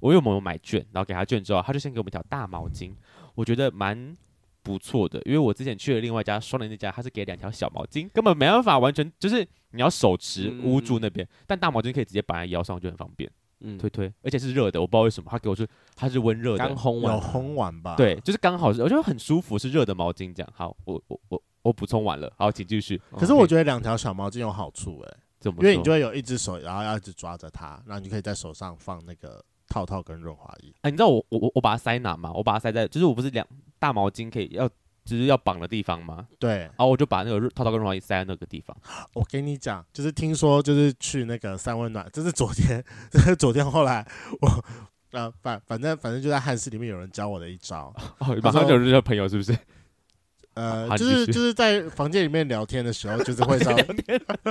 Speaker 1: 我因为我们有买券，然后给他券之后，他就先给我们一条大毛巾，我觉得蛮。不错的，因为我之前去了另外一家双联那家，他是给两条小毛巾，根本没办法完全就是你要手持
Speaker 3: 嗯
Speaker 1: 捂住那边，但大毛巾可以直接绑在腰上，就很方便。
Speaker 3: 嗯
Speaker 1: 推推，而且是热的，我不知道为什么他给我是它是温热的，
Speaker 3: 刚啊烘
Speaker 2: 有
Speaker 3: 完，
Speaker 2: 烘碗吧？
Speaker 1: 对，就是刚好是，我觉得很舒服，是热的毛巾这样。好，我我我我补充完了，好，请继续。
Speaker 2: 可是我
Speaker 1: 哦
Speaker 2: 觉得两条小毛巾有好处哎、
Speaker 1: 怎么
Speaker 2: 因为你就
Speaker 1: 说
Speaker 2: 会有一只手，然后要一直抓着它，然后你就可以在手上放那个套套跟润滑液。
Speaker 1: 啊，你知道我我我我把它塞哪吗？我把它塞在，就是我不是两大毛巾可以要就是要绑的地方吗？
Speaker 2: 对，
Speaker 1: 然后我就把那个热套套跟绒毛衣塞在那个地方。
Speaker 2: 我跟你讲，就是听说就是去那个三温暖，这是昨天， 这是昨天后来我。呃，反反正反正就在汉室里面有人教我的一招，
Speaker 1: 哦，
Speaker 2: 他
Speaker 1: 马上
Speaker 2: 说
Speaker 1: 就有这个朋友是不 是？
Speaker 2: 呃，
Speaker 1: 好
Speaker 2: 就
Speaker 1: 啊你继
Speaker 2: 是
Speaker 1: 续
Speaker 2: 就是在房间里面聊天的时候，就是会 说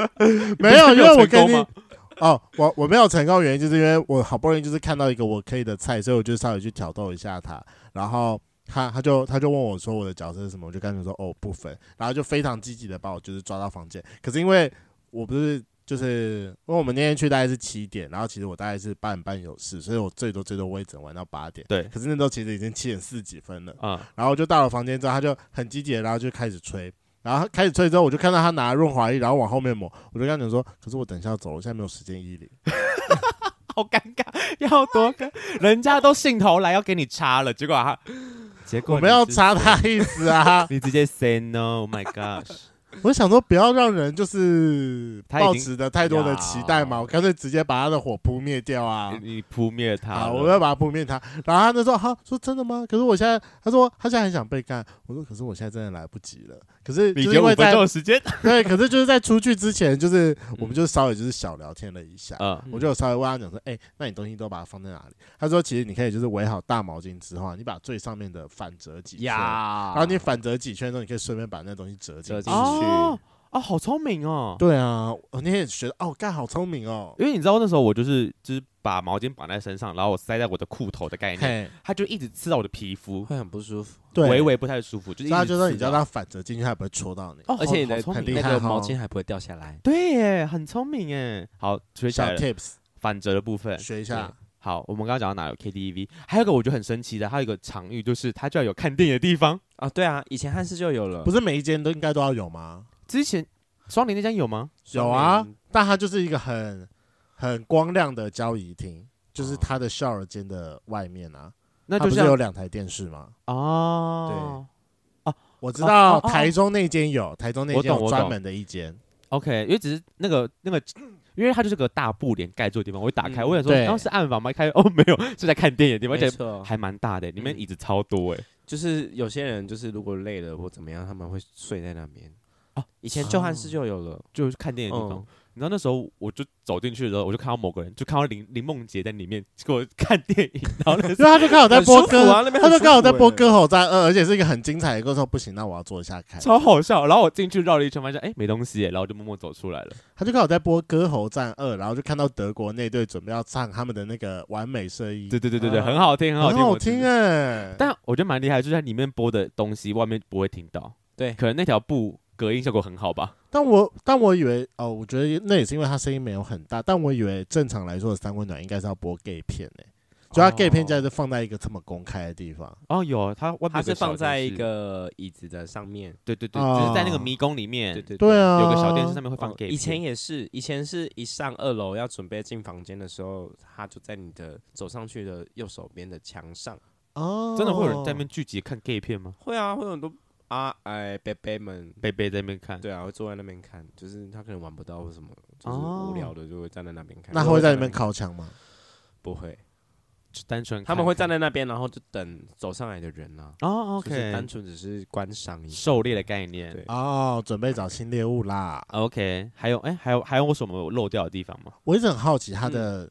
Speaker 2: 没有，因为我
Speaker 1: 成
Speaker 2: 跟
Speaker 1: 功
Speaker 2: 你
Speaker 1: 吗？
Speaker 2: 哦，我我没有成功，原因就是因为我好不容易就是看到一个我可以的菜，所以我就稍微去挑逗一下他，然后他他就他就问我说我的角色是什么，我就跟他说哦不分，然后就非常积极的把我就是抓到房间，可是因为我不是就是因为我们那天去大概是七点，然后其实我大概是八点半有事，所以我最多最多我也只能玩到八点，
Speaker 1: 对
Speaker 2: 可是那时候其实已经七点四十几分了，
Speaker 1: 啊、
Speaker 2: 然后就到了房间之后，他就很积极，的，然后就开始吹。然后他开始吹之后，我就看到他拿润滑液，然后往后面抹。我就跟他讲说：“可是我等一下要走，我现在没有时间衣领。
Speaker 1: 好尴尬，要多尴，人家都兴头来要给你插了，结果他， 结果
Speaker 2: 我们要
Speaker 1: 你直！
Speaker 2: 插他意思啊
Speaker 1: 你直接 say no，Oh my gosh！
Speaker 2: 我想说，不要让人就是
Speaker 1: 他已经
Speaker 2: 抱持着太多的期待嘛，
Speaker 1: 呀
Speaker 2: 我干脆直接把他的火扑灭掉啊！
Speaker 1: 你你扑灭他
Speaker 2: 好，
Speaker 1: 了，
Speaker 2: 我要把他扑灭他。然后他就说：“哈，说真的吗？可是我现在，他说他现在很想被干。我说：可是我现在真的来不及了。可是
Speaker 1: 你只
Speaker 2: 就是因
Speaker 1: 有五
Speaker 2: 为
Speaker 1: 分
Speaker 2: 在
Speaker 1: 钟嗯的时 间，
Speaker 2: 对，可是就是在出去之前，就是我们就稍微就是小聊天了一下。
Speaker 1: 嗯，
Speaker 2: 我就有稍微问他讲说，哎、那你东西都把它放在哪里？他说，其实你可以就是围好大毛巾之后啊，你把最上面的反折几圈，
Speaker 3: 呀，
Speaker 2: 然后你反折几圈之后，你可以顺便把那东西折进
Speaker 3: 折
Speaker 2: 去。
Speaker 3: 进
Speaker 1: 哦
Speaker 3: 去
Speaker 1: 哦，好聪明哦。
Speaker 2: 对啊，我那天也觉得哦，干好聪明哦。
Speaker 1: 因为你知道那时候我就是就是把毛巾绑在身上，然后我塞在我的裤头的概念，
Speaker 2: 嘿，
Speaker 1: 它就一直刺到我的皮肤，
Speaker 3: 会很不舒服。
Speaker 2: 对，
Speaker 1: 微微不太舒服，就是
Speaker 2: 所以
Speaker 1: 一
Speaker 2: 他
Speaker 1: 直
Speaker 2: 就说你
Speaker 1: 刺
Speaker 2: 叫
Speaker 1: 到
Speaker 2: 他反折进去，他也不会戳到你。
Speaker 1: 哦，
Speaker 3: 而且你的
Speaker 1: 好好聪
Speaker 2: 厉
Speaker 1: 明
Speaker 3: 那
Speaker 2: 害
Speaker 3: 个
Speaker 2: 哈
Speaker 3: 毛巾还不会掉下来。
Speaker 1: 对耶，很聪明耶。好，学起
Speaker 2: 小
Speaker 1: 来了。
Speaker 2: tips
Speaker 1: 反折的部分，
Speaker 2: 学一下。
Speaker 1: 好，我们刚刚讲到哪有 KTV，还有一个我觉得很神奇的，还有一个场域就是它居然有看电影的地方。
Speaker 3: 啊，对啊，以前汉室就有了，
Speaker 2: 不是每一间都应该都要有吗？
Speaker 1: 之前双林那家有吗？
Speaker 2: 有啊，但它就是一个很很光亮的交易厅，就是它的 shower 间的外面啊。
Speaker 1: 哦那
Speaker 2: 它
Speaker 1: 就
Speaker 2: 不是有
Speaker 1: 像
Speaker 2: 两台电视吗？
Speaker 1: 哦，
Speaker 2: 我知
Speaker 1: 哦
Speaker 2: 道
Speaker 1: 哦哦
Speaker 2: 台中那间有，台中那间
Speaker 1: 我懂
Speaker 2: 有
Speaker 1: 我懂
Speaker 2: 专门的一间。
Speaker 1: OK，因为只是那个那个，因为它就是个大布帘盖住的地方，我一打开，
Speaker 3: 嗯
Speaker 1: 我想说，
Speaker 2: 对
Speaker 1: 然后是暗房吗？一开哦，没有，是在看电影的地方，
Speaker 3: 而
Speaker 1: 而且
Speaker 3: 且
Speaker 1: 还蛮大的，里面
Speaker 3: 嗯
Speaker 1: 椅子超多哎。
Speaker 3: 就是有些人就是如果累了或怎么样，他们会睡在那边。啊，以前旧汉室就有了，
Speaker 1: 就是看电影的地方，
Speaker 3: 嗯，
Speaker 1: 你知哦道那时候我就走进去的时候，我就看到某个人，就看到林林梦洁在里面给我看电影，然后 那时。
Speaker 2: 因为他就刚好在播
Speaker 3: 很舒服
Speaker 2: 歌，
Speaker 3: 啊那边很
Speaker 2: 他就刚好在播
Speaker 3: 舒服欸
Speaker 2: 歌喉战二，而且是一个很精彩的歌，说不行，那我要坐下看
Speaker 1: 超好笑。然后我进去绕了一圈，发现哎、没东西耶，然后就默默走出来了。
Speaker 2: 他就刚好在播歌喉战二，然后就看到德国那队准备要唱他们的那个完美睡衣，
Speaker 1: 对对对对对，
Speaker 3: 啊
Speaker 1: 很好听，很好
Speaker 2: 很
Speaker 1: 听，
Speaker 2: 好
Speaker 1: 我知
Speaker 2: 听
Speaker 1: 道
Speaker 2: 哎。
Speaker 1: 但我觉得蛮厉害，就是在里面播的东西，外面不会听到。
Speaker 3: 对
Speaker 1: 可能那条布隔音效果很好吧。
Speaker 2: 但我但我以为哦，我觉得那也是因为他声音没有很大，但我以为正常来说的三温暖应该是要播 gay 片诶、就他 gay 片竟然是放在一个这么公开的地方，
Speaker 1: 哦，有它外面
Speaker 3: 它
Speaker 1: 有
Speaker 3: 是
Speaker 1: 个小
Speaker 3: 放在
Speaker 1: 电
Speaker 3: 一
Speaker 1: 视，
Speaker 3: 个椅子的上面。
Speaker 1: 对对对，
Speaker 2: 哦
Speaker 1: 只是在那个迷宫里面，
Speaker 3: 对对
Speaker 2: 对，啊，
Speaker 1: 有个小电视上面会放
Speaker 3: 嗯
Speaker 1: gay
Speaker 3: 以前
Speaker 1: 片
Speaker 3: 也是，以前是一上二楼要准备进房间的时候，他就在你的走上去的右手边的墙上。
Speaker 2: 哦，
Speaker 1: 真的会有人在那边聚集看 gay 片吗？
Speaker 3: 会啊，会有很多啊哎伯伯们，
Speaker 1: 贝贝在那边看，
Speaker 3: 对啊，会坐在那边看，就是他可能玩不到或什么，就是
Speaker 1: 哦
Speaker 3: 无聊的就会站在那边看。
Speaker 2: 那他会在那边靠墙吗？
Speaker 3: 不会，
Speaker 1: 就单纯
Speaker 3: 他们会
Speaker 1: 看
Speaker 3: 站在那边，然后就等走上来的人啊。
Speaker 1: 哦
Speaker 3: 就是单
Speaker 1: ，OK，
Speaker 3: 纯只是观赏一下。
Speaker 1: 狩猎的概念。
Speaker 3: 嗯对
Speaker 2: 哦，准备找新猎物啦！
Speaker 1: OK，还有哎，还有还有我什么有漏掉的地方吗？
Speaker 2: 我一直很好奇他
Speaker 3: 嗯
Speaker 2: 的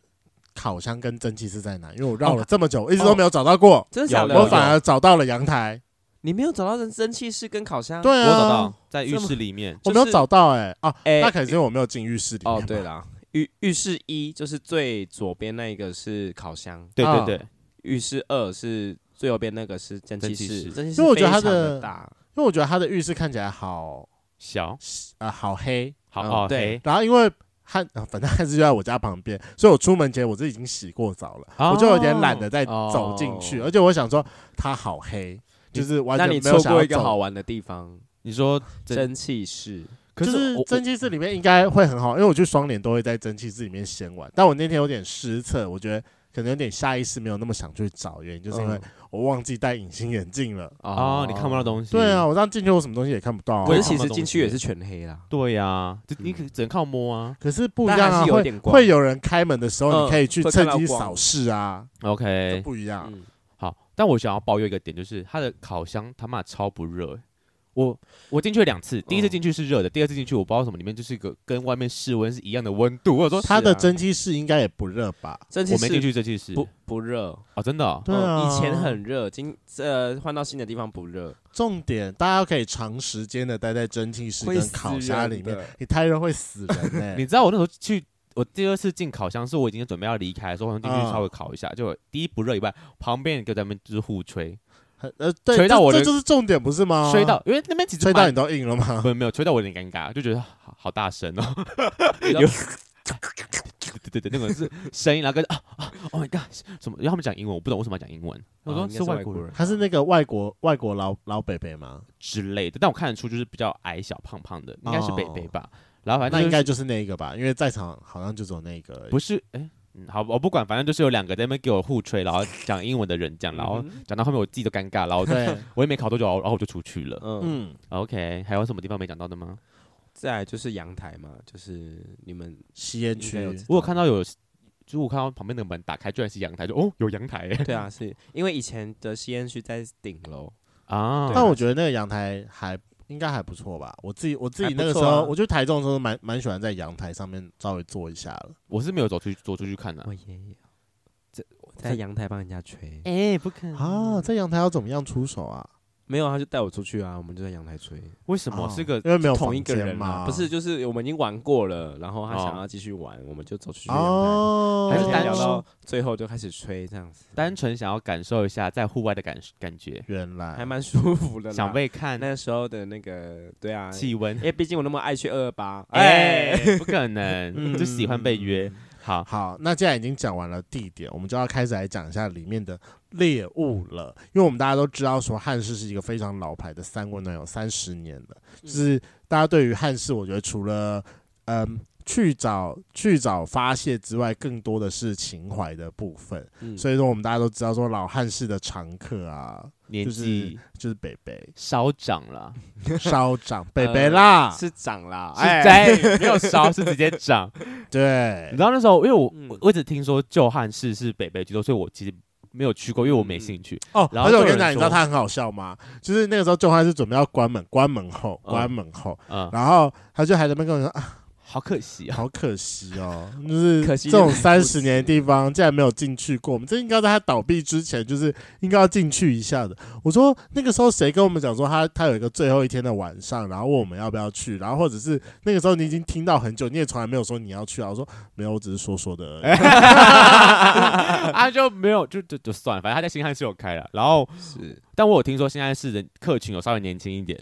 Speaker 2: 烤箱跟蒸汽是在哪，因为我
Speaker 3: 哦
Speaker 2: 绕了这么久，一直都没有找到过，
Speaker 3: 真的
Speaker 1: 有
Speaker 3: 假的？
Speaker 1: 有
Speaker 2: 我反而找到了阳台。
Speaker 3: 你没有找到人蒸汽室跟烤箱？，
Speaker 2: 对
Speaker 1: 我
Speaker 2: 啊，
Speaker 1: 找到，在浴
Speaker 3: 这么
Speaker 1: 室里面。
Speaker 2: 我没有找到哎哦，
Speaker 3: 哎
Speaker 2: 那可能是因为我没有进浴室里面
Speaker 3: 哦
Speaker 2: 吧。，
Speaker 3: 对啦，浴浴室一就是最左边那一个是烤箱，
Speaker 1: 对
Speaker 2: 啊
Speaker 1: 对对，
Speaker 3: 浴室二是最右边那个是蒸汽
Speaker 1: 蒸汽
Speaker 3: 室，
Speaker 1: 室
Speaker 3: 蒸汽室
Speaker 2: 因为我觉得它
Speaker 3: 非常
Speaker 2: 的
Speaker 3: 的大，
Speaker 2: 因为我觉得他的浴室看起来好
Speaker 1: 小
Speaker 2: 啊、好黑，
Speaker 1: 好
Speaker 3: 嗯
Speaker 1: 哦，
Speaker 3: 对
Speaker 1: 嘿，
Speaker 2: 然后因为汉、啊 反正汉室就在我家旁边，所以我出门前我是已经洗过澡了，我就有点懒
Speaker 1: 哦
Speaker 2: 得再走进去，
Speaker 3: 哦
Speaker 2: 而且我想说它好黑，就是完
Speaker 3: 那
Speaker 2: 全没
Speaker 3: 你错
Speaker 2: 有想
Speaker 3: 过
Speaker 2: 要
Speaker 3: 一个好
Speaker 2: 走。
Speaker 3: 玩的地方，
Speaker 1: 你说蒸
Speaker 3: 蒸汽室。
Speaker 1: 可
Speaker 2: 就是
Speaker 1: 我
Speaker 2: 蒸汽室里面应该会很好，因为我去双联都会在蒸汽室里面先玩，但我那天有点失策，我觉得可能有点下意识没有那么想去找，原因就是因为
Speaker 3: 嗯
Speaker 2: 我忘记戴隐形眼镜了。
Speaker 1: 哦，你看不到东西。
Speaker 2: 对啊，，我这样进去我什么东西也看不到、啊
Speaker 1: 我
Speaker 3: 可
Speaker 1: 也
Speaker 3: 是
Speaker 1: 看不
Speaker 3: 其
Speaker 1: 到
Speaker 3: 实
Speaker 1: 东
Speaker 3: 进去也
Speaker 1: 西
Speaker 3: 是全黑啦。
Speaker 1: 对呀，就你
Speaker 3: 嗯
Speaker 1: 可只能靠摸啊。
Speaker 2: 可是不一
Speaker 3: 但
Speaker 2: 样
Speaker 3: 还
Speaker 2: 啊，
Speaker 3: 是有
Speaker 2: 会
Speaker 3: 点光
Speaker 2: 会有人开门的时候，
Speaker 3: 嗯
Speaker 2: 你可以去
Speaker 3: 会
Speaker 2: 趁
Speaker 3: 看到
Speaker 2: 机
Speaker 3: 光
Speaker 2: 扫视啊，就
Speaker 1: OK，
Speaker 2: 不一样。
Speaker 3: 嗯，
Speaker 1: 好，但我想要抱怨一个点，就是它的烤箱他妈超不热欸、我我进去了两次，第一次
Speaker 3: 嗯
Speaker 1: 进去是热的，第二次进去我不知道为什么，里面就是一个跟外面室温是一样的温度。我想说
Speaker 3: 是
Speaker 2: 它的
Speaker 3: 啊
Speaker 2: 蒸汽室应该也不热吧？
Speaker 3: 蒸汽
Speaker 1: 我没进
Speaker 3: 室
Speaker 1: 去这气室
Speaker 3: 不不热，
Speaker 1: 哦，真的哦、
Speaker 2: 对
Speaker 3: 嗯
Speaker 2: 啊，
Speaker 3: 以前很热，今呃换到新的地方不热，
Speaker 2: 重点，大家可以长时间的待在蒸汽室
Speaker 3: 会
Speaker 2: 跟
Speaker 3: 死
Speaker 2: 烤箱里
Speaker 3: 人的
Speaker 2: 面，你太热会死人欸呢、
Speaker 1: 你知道我那时候去。我第二次进烤箱是我已经准备要离开的时候，我想进去
Speaker 2: 嗯
Speaker 1: 稍微烤一下，就第一不热以外，旁边一个咱们就是互吹，
Speaker 2: 很呃，对，
Speaker 1: 吹到
Speaker 2: 这
Speaker 1: 我的
Speaker 2: 这就是重点，不是吗？
Speaker 1: 吹到，因为那边其实
Speaker 2: 嗯吹到你
Speaker 1: 蛮
Speaker 2: 嗯都硬了吗？
Speaker 1: 没有没有吹到我有点尴尬，就觉得好好大声哦，
Speaker 3: 你知道
Speaker 1: 有对对对，那个是声音，然后跟啊啊，Oh my god，什么？然后他们讲英文，我不懂为什么要讲英文。我说
Speaker 3: 哦应该
Speaker 1: 是
Speaker 3: 是
Speaker 1: 外
Speaker 3: 外
Speaker 1: 国
Speaker 3: 国
Speaker 1: 人
Speaker 3: 人
Speaker 2: 他是那个外国外国老老北北吗？
Speaker 1: 之类的，但我看得出就是比较矮小胖胖的，应该是北北吧。然后反正
Speaker 2: 那
Speaker 1: 就
Speaker 2: 应
Speaker 1: 是
Speaker 2: 该就是那一个吧，因为在场好像就只有那一个而已。
Speaker 1: 不是哎、嗯，好，我不管，反正就是有两个在那边给我互吹，然后讲英文的人讲，然后
Speaker 3: 嗯
Speaker 1: 讲到后面我自己都尴尬，然后我就
Speaker 2: 对，
Speaker 1: 我也没考多久，然后然后我就出去了。
Speaker 3: 嗯，
Speaker 2: 嗯，
Speaker 1: OK，还有什么地方没讲到的吗？
Speaker 3: 再来就是阳台嘛，就是你 们
Speaker 2: 吸烟
Speaker 3: 应该有
Speaker 2: 区
Speaker 3: 知道
Speaker 1: 我有看到有，就是我看到旁边那个门打开，居然是阳台，就哦有阳台耶
Speaker 3: 对啊，是因为以前的吸烟区在顶楼，
Speaker 1: 啊，
Speaker 2: 但我觉得那个阳台还应该还不错吧。我自己我自己那个时
Speaker 3: 还不错
Speaker 2: 候，
Speaker 3: 啊
Speaker 2: 我去台中的时候蛮蛮喜欢在阳台上面稍微坐一下了。
Speaker 1: 我是没有走出去走出去看啊的、
Speaker 3: 我哦也有，这我在阳台帮人家吹，
Speaker 1: 哎、不可能
Speaker 2: 啊，在阳台要怎么样出手啊？
Speaker 3: 没有，他就带我出去啊，我们就在阳台吹。
Speaker 1: 为什
Speaker 3: 啊
Speaker 1: 么是个
Speaker 2: 啊
Speaker 1: 啊
Speaker 2: 因为没有
Speaker 3: 同
Speaker 2: 房
Speaker 3: 一个
Speaker 2: 间
Speaker 3: 人嘛，
Speaker 2: 嘛，
Speaker 3: 不是，就是我们已经玩过了，然后他
Speaker 1: 哦
Speaker 3: 想要继续玩，我们就走出去阳
Speaker 2: 哦，
Speaker 3: 台，
Speaker 1: 还
Speaker 3: 还
Speaker 1: 是
Speaker 3: 是
Speaker 1: 单
Speaker 3: 聊
Speaker 1: 纯
Speaker 3: 到最后就开始吹这样子，
Speaker 1: 单纯想要感受一下在户外的感感觉，
Speaker 2: 原来
Speaker 3: 还蛮舒服的啦。哎
Speaker 1: 想被看
Speaker 3: 那时候的那个，对啊，
Speaker 1: 气温
Speaker 3: 因？为毕竟我那么爱去二二八，
Speaker 1: 哎
Speaker 3: 哎，，嗯
Speaker 1: 不可 能，就喜欢被约。好，
Speaker 2: 好，那既然已经讲完了地点，我们就要开始来讲一下里面的猎物了。因为我们大家都知道说汉室是一个非常老牌的三温暖，有三十年了。
Speaker 1: 嗯
Speaker 2: 就是大家对于汉室，我觉得除了嗯去找去找发泄之外，更多的是情怀的部分。
Speaker 3: 嗯
Speaker 2: 所以说，我们大家都知道说老汉室的常客啊，
Speaker 1: 年纪
Speaker 2: 就是北 北
Speaker 1: 稍长了，
Speaker 2: 稍长北北啦，
Speaker 3: 是长啦，
Speaker 1: 呃是
Speaker 3: 哎，
Speaker 1: 在没有稍，是直接长。你
Speaker 2: 对
Speaker 1: 知，道那时候，因为我
Speaker 3: 嗯
Speaker 1: 我我一直听说旧汉室是北北居多，所以我其实没有去过，因为我
Speaker 3: 嗯
Speaker 1: 没兴趣。
Speaker 2: 哦，
Speaker 1: 然后
Speaker 2: 而且我
Speaker 1: 就有
Speaker 2: 跟你
Speaker 1: 人
Speaker 2: 讲，你知道
Speaker 1: 说
Speaker 2: 他很好笑吗？就是那个时候，仲汉是准备要关门，关门后，关门后，
Speaker 1: 嗯，
Speaker 2: 然后他就还在那边跟我说啊，
Speaker 1: 好可惜啊。
Speaker 2: 好可惜哦，就是
Speaker 3: 可惜
Speaker 2: 这种
Speaker 3: 人
Speaker 2: 三十年的地方竟然没有进去过，我们这应该在他倒闭之前，就是应该要进去一下的。我说那个时候谁跟我们讲说他他有一个最后一天的晚上，然后问我们要不要去，然后或者是那个时候你已经听到很久，你也从来没有说你要去啊，我说没有，我只是说说的
Speaker 1: 哎
Speaker 2: 而已。
Speaker 1: 他啊就没有，就就就算了，反正他在新汉室有开了。然后，
Speaker 3: 是，
Speaker 1: 但我有听说新汉室的客群有稍微年轻一点，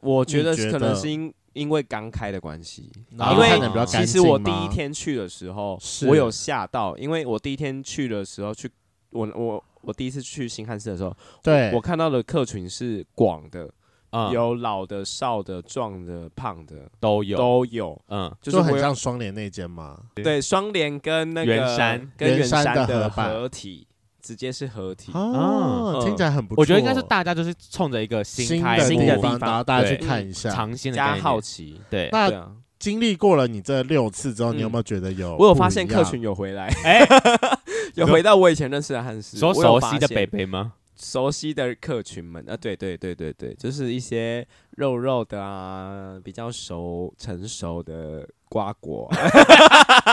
Speaker 3: 我觉得
Speaker 2: 你觉
Speaker 3: 是可能
Speaker 2: 得
Speaker 3: 是因因为刚开的关系，
Speaker 2: 然后
Speaker 1: 因为
Speaker 2: 看起来比较干
Speaker 3: 其
Speaker 2: 净
Speaker 3: 实我第
Speaker 2: 吗
Speaker 3: 一天去的时候
Speaker 2: 是，
Speaker 3: 我有吓到，因为我第一天去的时候去，我我我第一次去新汉市的时候，
Speaker 2: 对啊
Speaker 3: 我看到的客群是广的，
Speaker 1: 嗯，
Speaker 3: 有老的、少的、壮的、胖的
Speaker 1: 都有，
Speaker 3: 都有，
Speaker 1: 嗯，
Speaker 3: 就是
Speaker 2: 就很
Speaker 3: 我有
Speaker 2: 像双联那间吗？
Speaker 3: 对双联跟那个
Speaker 1: 圆山
Speaker 3: 跟
Speaker 2: 圆
Speaker 3: 圆
Speaker 2: 山
Speaker 3: 山
Speaker 2: 的
Speaker 3: 的
Speaker 2: 合办
Speaker 3: 合体，直接是合体。
Speaker 2: 哦，
Speaker 3: 嗯
Speaker 2: 听起来很不错。
Speaker 1: 我觉得应该是大家就是冲着一个新
Speaker 2: 新
Speaker 1: 开
Speaker 2: 的
Speaker 3: 新
Speaker 1: 幕
Speaker 3: 的
Speaker 2: 地
Speaker 3: 地
Speaker 2: 方，
Speaker 3: 方
Speaker 2: 然后大家去
Speaker 1: 对嗯
Speaker 2: 看一下。
Speaker 1: 尝新的概
Speaker 3: 加
Speaker 1: 念
Speaker 3: 好奇，
Speaker 1: 对，
Speaker 2: 那
Speaker 3: 对啊，
Speaker 2: 经历过了你这六次之后，你有
Speaker 3: 嗯
Speaker 2: 没有觉得有？
Speaker 3: 我有发现客群，有回来，哎， 有回到我以前认识的汉室，
Speaker 1: 说
Speaker 3: 我有
Speaker 1: 熟
Speaker 3: 发
Speaker 1: 悉的
Speaker 3: 现
Speaker 1: 北北吗？
Speaker 3: 熟悉的客群们啊，对对对对对，就是一些肉肉的啊，比较熟成熟的瓜 果啊，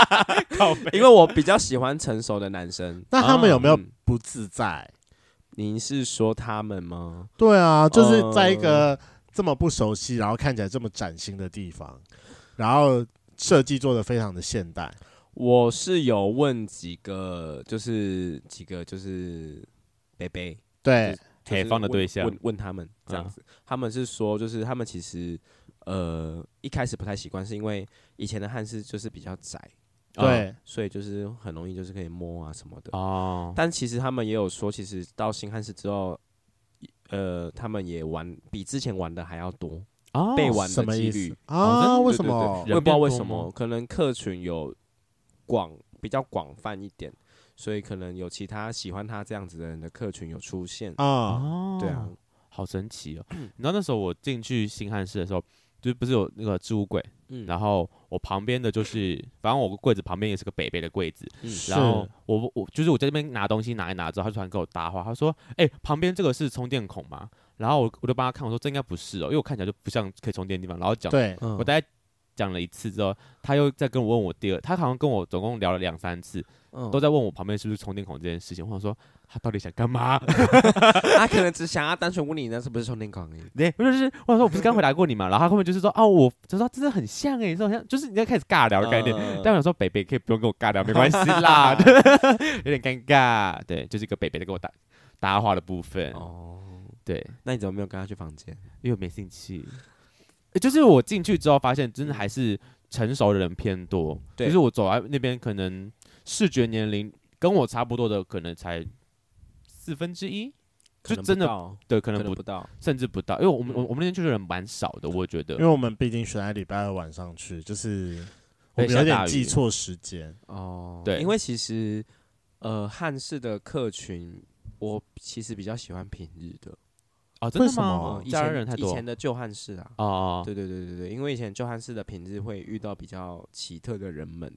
Speaker 3: 因为我比较喜欢成熟的男生。
Speaker 2: 那他们有没有
Speaker 3: 嗯
Speaker 2: 不自在？
Speaker 3: 您是说他们吗？
Speaker 2: 对啊，就是在一个这么不熟悉，然后看起来这么崭新的地方，然后设计做的非常的现代。
Speaker 3: 我是有问几个，就是几个就是贝贝
Speaker 2: 对，
Speaker 3: 就
Speaker 1: 海
Speaker 3: 是
Speaker 1: 放的
Speaker 3: 问
Speaker 1: 对象嗯
Speaker 3: 问问他们这样子，他们是说就是他们其实呃一开始不太习惯，是因为以前的汉室就是比较窄。
Speaker 1: 嗯
Speaker 2: 对，哦
Speaker 3: 所以就是很容易就是可以摸啊什么的。
Speaker 1: 哦，
Speaker 3: 但其实他们也有说，其实到新汉室之后，呃，他们也玩比之前玩的还要多，
Speaker 1: 哦
Speaker 3: 被玩
Speaker 2: 什
Speaker 3: 的
Speaker 2: 么
Speaker 3: 几
Speaker 2: 意
Speaker 3: 率哦
Speaker 2: 思。啊？为什
Speaker 3: 对
Speaker 2: 么
Speaker 3: 对对？我也不知道为什
Speaker 1: 人变多
Speaker 3: 么，可能客群有广比较广泛一点，所以可能有其他喜欢他这样子的人的客群有出现。
Speaker 2: 啊，
Speaker 1: 哦，
Speaker 3: 对啊，，
Speaker 1: 好神奇 哦！你知道那时候我进去新汉室的时候，就不是有那个置物柜，
Speaker 3: 嗯，
Speaker 1: 然后我旁边的就是，反正我柜子旁边也是个北北的柜子，
Speaker 3: 嗯
Speaker 1: 然后我我就是我在那边拿东西拿一拿之后，他就突然跟我搭话，他说：“哎、旁边这个是充电孔吗？”然后我我就帮他看，我说：“这应该不是哦，因为我看起来就不像可以充电的地方。”然后讲，
Speaker 2: 对，
Speaker 3: 嗯
Speaker 1: 我大概讲了一次之后，他又再跟我问我第二，他好像跟我总共聊了两三次，
Speaker 3: 嗯
Speaker 1: 都在问我旁边是不是充电孔这件事情。我想说他到底想干嘛？
Speaker 3: 他啊可能只想要单纯问你那是不是充电孔而已。
Speaker 1: 对，不是就是我想说我不是刚回答过你嘛？然后他后面就是说：“哦，我就说真的很像哎、欸，说好像就是你在开始尬聊的概念。
Speaker 3: 嗯
Speaker 1: 但我想说，北北可以不用跟我尬 聊，没关系啦， 有点尴尬。对，就是一个北北在跟我打搭话的部分。
Speaker 3: 哦，
Speaker 1: 对，
Speaker 3: 那你怎么没有跟他去房间？
Speaker 1: 因为我没兴趣。呃就是我进去之后发现，真的还是成熟的人偏多。
Speaker 3: 对
Speaker 1: 就是我走在那边，可能视觉年龄跟我差不多的，可能才四分之一。
Speaker 3: 可
Speaker 1: 就
Speaker 3: 能不
Speaker 1: 真的
Speaker 3: 到
Speaker 1: 对，可
Speaker 3: 可
Speaker 1: 能
Speaker 3: 能
Speaker 1: 不，
Speaker 3: 不到。
Speaker 1: 甚至不到，因为我们我我们那天去的人蛮少的，我觉得
Speaker 2: 因为。我们毕竟选在礼拜二晚上去，就是我
Speaker 1: 对
Speaker 2: 们有
Speaker 1: 下大
Speaker 2: 点
Speaker 1: 雨
Speaker 2: 记错时间。
Speaker 3: 哦，
Speaker 1: 对
Speaker 3: 因为其实呃，汉室的客群，我其实比较喜欢平日的，
Speaker 1: 哦，真的
Speaker 2: 为什
Speaker 1: 吗
Speaker 2: 么哦
Speaker 3: 嗯？以
Speaker 1: 家
Speaker 3: 前
Speaker 1: 人太
Speaker 3: 以
Speaker 1: 多
Speaker 3: 前的旧汉室啊。
Speaker 1: 哦，
Speaker 3: 对对对对对，因为以前旧汉室的平日会遇到比较奇特的人们，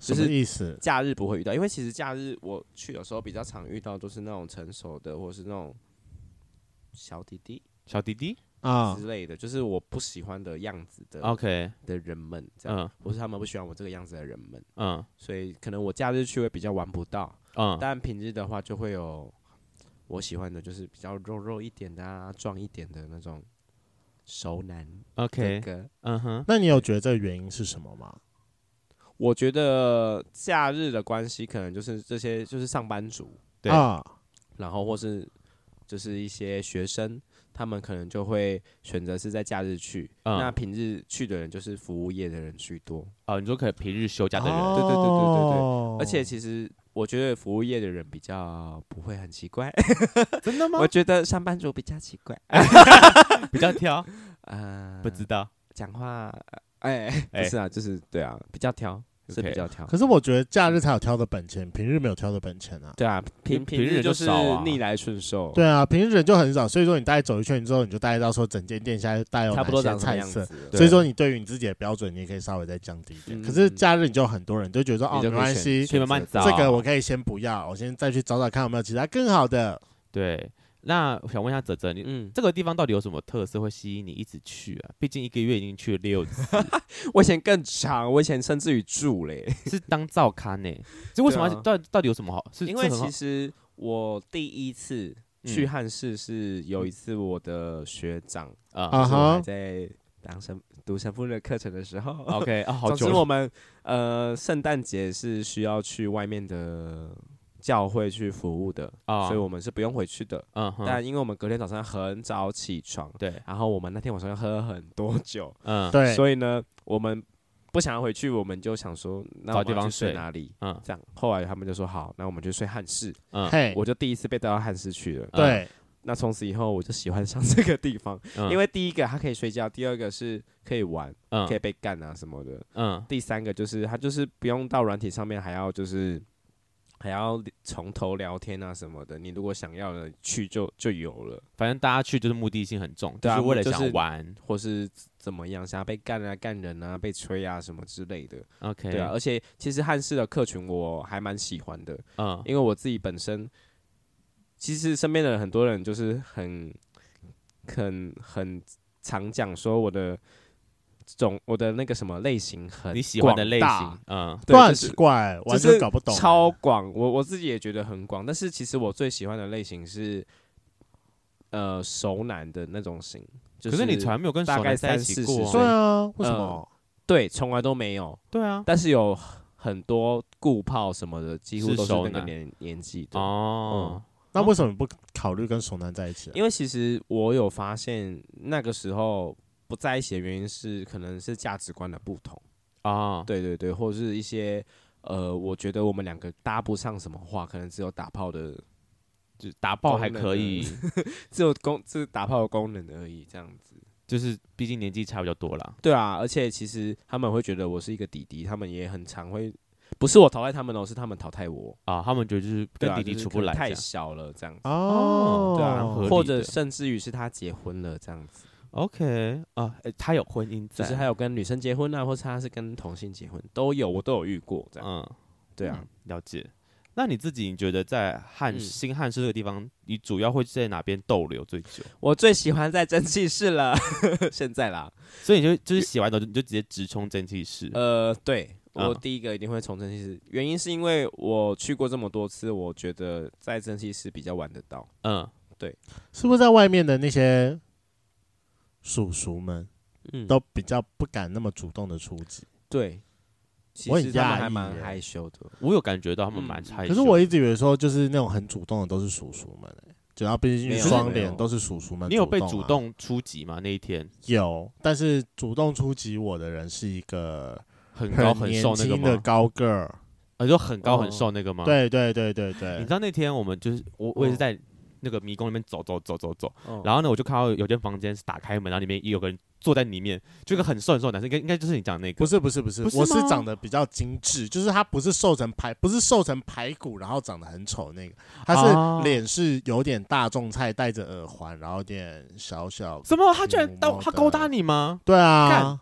Speaker 2: 什
Speaker 3: 就
Speaker 2: 么
Speaker 3: 是
Speaker 2: 意思？
Speaker 3: 假日不会遇到。因为其实假日我去有时候比较常遇到都是那种成熟的，或是那种小弟弟
Speaker 1: 小弟弟
Speaker 2: 啊
Speaker 3: 之类的，就是我不喜欢的样子的、
Speaker 1: ，OK，
Speaker 3: 的人们呃这样，
Speaker 1: 嗯
Speaker 3: 或是他们不喜欢我这个样子的人们，
Speaker 1: 嗯
Speaker 3: 所以可能我假日去会比较玩不到。
Speaker 1: 嗯，
Speaker 3: 但平日的话就会有我喜欢的就是比较肉肉一点的啊，壮一点的那种熟男的
Speaker 1: OK，
Speaker 3: 歌。
Speaker 1: 嗯哼，
Speaker 2: 那你有觉得这个原因是什么吗？
Speaker 3: 我觉得假日的关系，可能就是这些就是上班族，
Speaker 1: 对
Speaker 2: 啊，
Speaker 3: 然后或是就是一些学生，他们可能就会选择是在假日去。
Speaker 1: 嗯
Speaker 3: 那平日去的人就是服务业的人居多，
Speaker 1: 哦，你说可以平日休假的人，
Speaker 3: 对对对对对对
Speaker 2: 哦
Speaker 3: 而且其实我觉得服务业的人比较不会很奇怪，
Speaker 1: 真的吗
Speaker 3: 我觉得上班族比较奇怪。
Speaker 1: 比较 挑，
Speaker 3: 啊，
Speaker 1: 不知道。
Speaker 3: 讲话，哎、
Speaker 1: 哎
Speaker 3: 不是啊，就是对啊，比较挑，是
Speaker 1: OK
Speaker 3: 比较挑。
Speaker 2: 可是我觉得假日才有挑的本钱，平日没有挑的本钱啊。
Speaker 3: 对啊，平
Speaker 1: 平日
Speaker 3: 日
Speaker 1: 就是少啊
Speaker 3: 逆来顺受，
Speaker 2: 对啊，平日人就很少，所以说你大概走一圈之后，你就大概知道说整间店现在大概有
Speaker 3: 差不多
Speaker 2: 哪
Speaker 3: 长
Speaker 2: 些
Speaker 3: 什么
Speaker 2: 菜
Speaker 3: 样
Speaker 2: 色
Speaker 3: 子。。
Speaker 1: 对
Speaker 2: 所以说你对于你自己的标准，你也可以稍微再降低一点。
Speaker 3: 嗯
Speaker 2: 可是假日你就很多人就觉得说，哦，没
Speaker 3: 你就可以
Speaker 2: 关
Speaker 3: 选
Speaker 2: 系，
Speaker 1: 可以慢慢
Speaker 3: 选择
Speaker 1: 找
Speaker 2: 这个我可以先不要，我先再去找找看有没有其他更好的。
Speaker 1: 对，那我想问一下泽泽，你、
Speaker 3: 嗯，
Speaker 1: 这个地方到底有什么特色会吸引你一直去啊？毕竟一个月已经去了六次，
Speaker 3: 我以前更长，我以前甚至于住嘞，
Speaker 1: 是当照刊呢、这为什么要、
Speaker 3: 对啊
Speaker 1: 到底到底有什么好？嗯是
Speaker 3: 因为其
Speaker 1: 实
Speaker 3: 实我第一次去汉室是有一次我的学长，
Speaker 1: 啊、
Speaker 2: 啊
Speaker 3: 就是我还
Speaker 2: 哈
Speaker 3: 在当神读神父的课程的时候
Speaker 1: o k 啊，好
Speaker 3: 总
Speaker 1: 久
Speaker 3: 之
Speaker 1: 了
Speaker 3: 我们呃圣诞节是需要去外面的教会去服务的，
Speaker 1: 啊
Speaker 3: 所以我们是不用回去的。
Speaker 1: 嗯哼，
Speaker 3: 但因为我们隔天早上很早起床，
Speaker 1: 对，
Speaker 3: 然后我们那天晚上喝很多酒，
Speaker 1: 嗯，
Speaker 2: 对，
Speaker 3: 所以呢，我们不想要回去，我们就想说，那
Speaker 1: 找
Speaker 3: 我
Speaker 1: 地
Speaker 3: 们要
Speaker 1: 方
Speaker 3: 去睡
Speaker 1: 睡
Speaker 3: 哪里？
Speaker 1: 嗯
Speaker 3: 这样，后来他们就说好，那我们就睡汉室，
Speaker 1: 嗯，
Speaker 2: 嘿，
Speaker 3: 我就嗯第一次被带到汉室去了。
Speaker 2: 对，
Speaker 3: 那从此以后我就喜欢上这个地方，
Speaker 1: 嗯
Speaker 3: 因为第一个它可以睡觉，第二个是可以玩，
Speaker 1: 嗯
Speaker 3: 可以被干啊什么的，
Speaker 1: 嗯
Speaker 3: 第三个就是它就是不用到软体上面还要就是还要从头聊天啊什么的，你如果想要了去就就有了。
Speaker 1: 反正大家去就是目的性很重，
Speaker 3: 对啊
Speaker 1: 就是为了
Speaker 3: 就是
Speaker 1: 想玩。
Speaker 3: 或是怎么样，想要被干啊、干人啊、被吹啊什么之类的，
Speaker 1: OK，
Speaker 3: 对啊。而且其实汉室的客群我还蛮喜欢的，
Speaker 1: 嗯，
Speaker 3: 因为我自己本身其实身边的人很多人就是很很很常讲说我的种我的那个什么类型很
Speaker 1: 你喜欢的
Speaker 3: 广
Speaker 1: 类
Speaker 3: 大
Speaker 1: 型，，嗯，
Speaker 2: 都
Speaker 3: 对，
Speaker 2: 很
Speaker 3: 就
Speaker 2: 奇
Speaker 3: 是
Speaker 2: 怪，完
Speaker 3: 就是
Speaker 2: 全搞不懂。
Speaker 3: 超广。我我自己也觉得很广，但是其实我最喜欢的类型是呃熟男的那种型，就
Speaker 1: 可是你从来没有跟
Speaker 3: 大
Speaker 1: 熟
Speaker 3: 概
Speaker 1: 男在一
Speaker 3: 三
Speaker 1: 起
Speaker 3: 四
Speaker 1: 过
Speaker 3: 十
Speaker 1: 啊、
Speaker 2: 对啊，为什
Speaker 3: 嗯
Speaker 2: 么？
Speaker 3: 对，从来都没有。
Speaker 1: 对啊，
Speaker 3: 但是有很多顾炮什么的，几乎
Speaker 1: 是
Speaker 3: 都是
Speaker 1: 熟
Speaker 3: 那个
Speaker 1: 男
Speaker 3: 年年纪的。嗯
Speaker 1: 哦，
Speaker 2: 那为什么不考虑跟熟男在一起啊？
Speaker 3: 因为其实我有发现，那个时候不在一起的原因是，可能是价值观的不同。
Speaker 1: 哦，
Speaker 3: 对对对，或者是一些呃，我觉得我们两个搭不上什么话，可能只有打炮的，
Speaker 1: 就打爆
Speaker 3: 功
Speaker 1: 还
Speaker 3: 能
Speaker 1: 可
Speaker 3: 的
Speaker 1: 以，
Speaker 3: 只有功，只是打炮的功能而已，这样子。
Speaker 1: 就是毕竟年纪差比较多啦。
Speaker 3: 对啊，而且其实他们会觉得我是一个弟弟，他们也很常会，不是我淘汰他们哦，是他们淘汰我。
Speaker 1: 啊，他们觉得就是
Speaker 3: 对
Speaker 1: 跟
Speaker 3: 啊
Speaker 1: 弟弟
Speaker 3: 就是
Speaker 1: 处
Speaker 3: 可
Speaker 1: 不
Speaker 3: 能
Speaker 1: 来这
Speaker 3: 太
Speaker 1: 样。
Speaker 3: 小了这样子。
Speaker 2: 哦，
Speaker 3: 嗯
Speaker 1: 对啊蛮合理
Speaker 3: 或者
Speaker 1: 的
Speaker 3: 甚至于是他结婚了这样子，
Speaker 1: OK 啊，诶他有婚姻在，
Speaker 3: 就是他有跟女生结婚啊，或是他是跟同性结婚，都有，我都有遇过这样。
Speaker 1: 嗯，
Speaker 3: 对啊，
Speaker 1: 嗯了解。那你自己你觉得在汉、
Speaker 3: 嗯
Speaker 1: 新汉市这个地方，你主要会在哪边逗留最久？
Speaker 3: 我最喜欢在蒸汽室了， 现在啦。
Speaker 1: 所以你就就是洗完澡就你就直接直冲蒸汽室。
Speaker 3: 呃，对
Speaker 1: 啊
Speaker 3: 我第一个一定会从蒸汽室，原因是因为我去过这么多次，我觉得在蒸汽室比较玩得到。
Speaker 1: 嗯，
Speaker 2: 是不是在外面的那些叔叔们
Speaker 3: 嗯，
Speaker 2: 都比较不敢那么主动的出击？
Speaker 3: 对。其
Speaker 2: 我很
Speaker 3: 实他
Speaker 2: 讶
Speaker 3: 们还
Speaker 2: 异
Speaker 3: 蛮
Speaker 2: 耶
Speaker 3: 害羞的，
Speaker 1: 我有感觉到他们
Speaker 3: 嗯
Speaker 1: 蛮害羞。
Speaker 2: 可是我一直以为说，就是那种很主动的都是叔叔们、欸，只要毕
Speaker 3: 没
Speaker 2: 竟
Speaker 3: 有
Speaker 2: 双
Speaker 3: 没有
Speaker 2: 联都是叔叔们、
Speaker 1: 你有被主
Speaker 2: 啊？
Speaker 1: 动出击吗？那一天
Speaker 2: 有，但是主动出击我的人是一个
Speaker 1: 很高
Speaker 2: 很
Speaker 1: 很
Speaker 2: 年
Speaker 1: 瘦那个
Speaker 2: 轻的
Speaker 1: 吗？嗯
Speaker 2: 高个儿。
Speaker 1: 啊，你说很高很
Speaker 3: 哦
Speaker 1: 瘦那个吗？
Speaker 2: 对对对对对
Speaker 1: 你知，道那天我们就是我，我也
Speaker 2: 嗯
Speaker 1: 是
Speaker 3: 哦
Speaker 1: 在那个迷宫里面走走走走走，
Speaker 3: 哦
Speaker 1: 然后呢，我就看到有间房间是打开门，然后里面也有个人坐在里面，就一个很瘦很瘦的男生，应该应该就是你讲的那个，
Speaker 2: 不是不是不是
Speaker 1: 不，是
Speaker 2: 我是
Speaker 1: 吗
Speaker 2: 长得比较精致，就是他不是瘦成排，不是瘦成排骨，然后长得很丑那个，他
Speaker 1: 哦
Speaker 2: 是脸是有点大众菜，戴着耳环，然后有点小小。
Speaker 1: 什么？他居然
Speaker 2: 嗯
Speaker 1: 到
Speaker 2: 我
Speaker 1: 他
Speaker 2: 的
Speaker 1: 勾搭你吗？
Speaker 2: 对啊，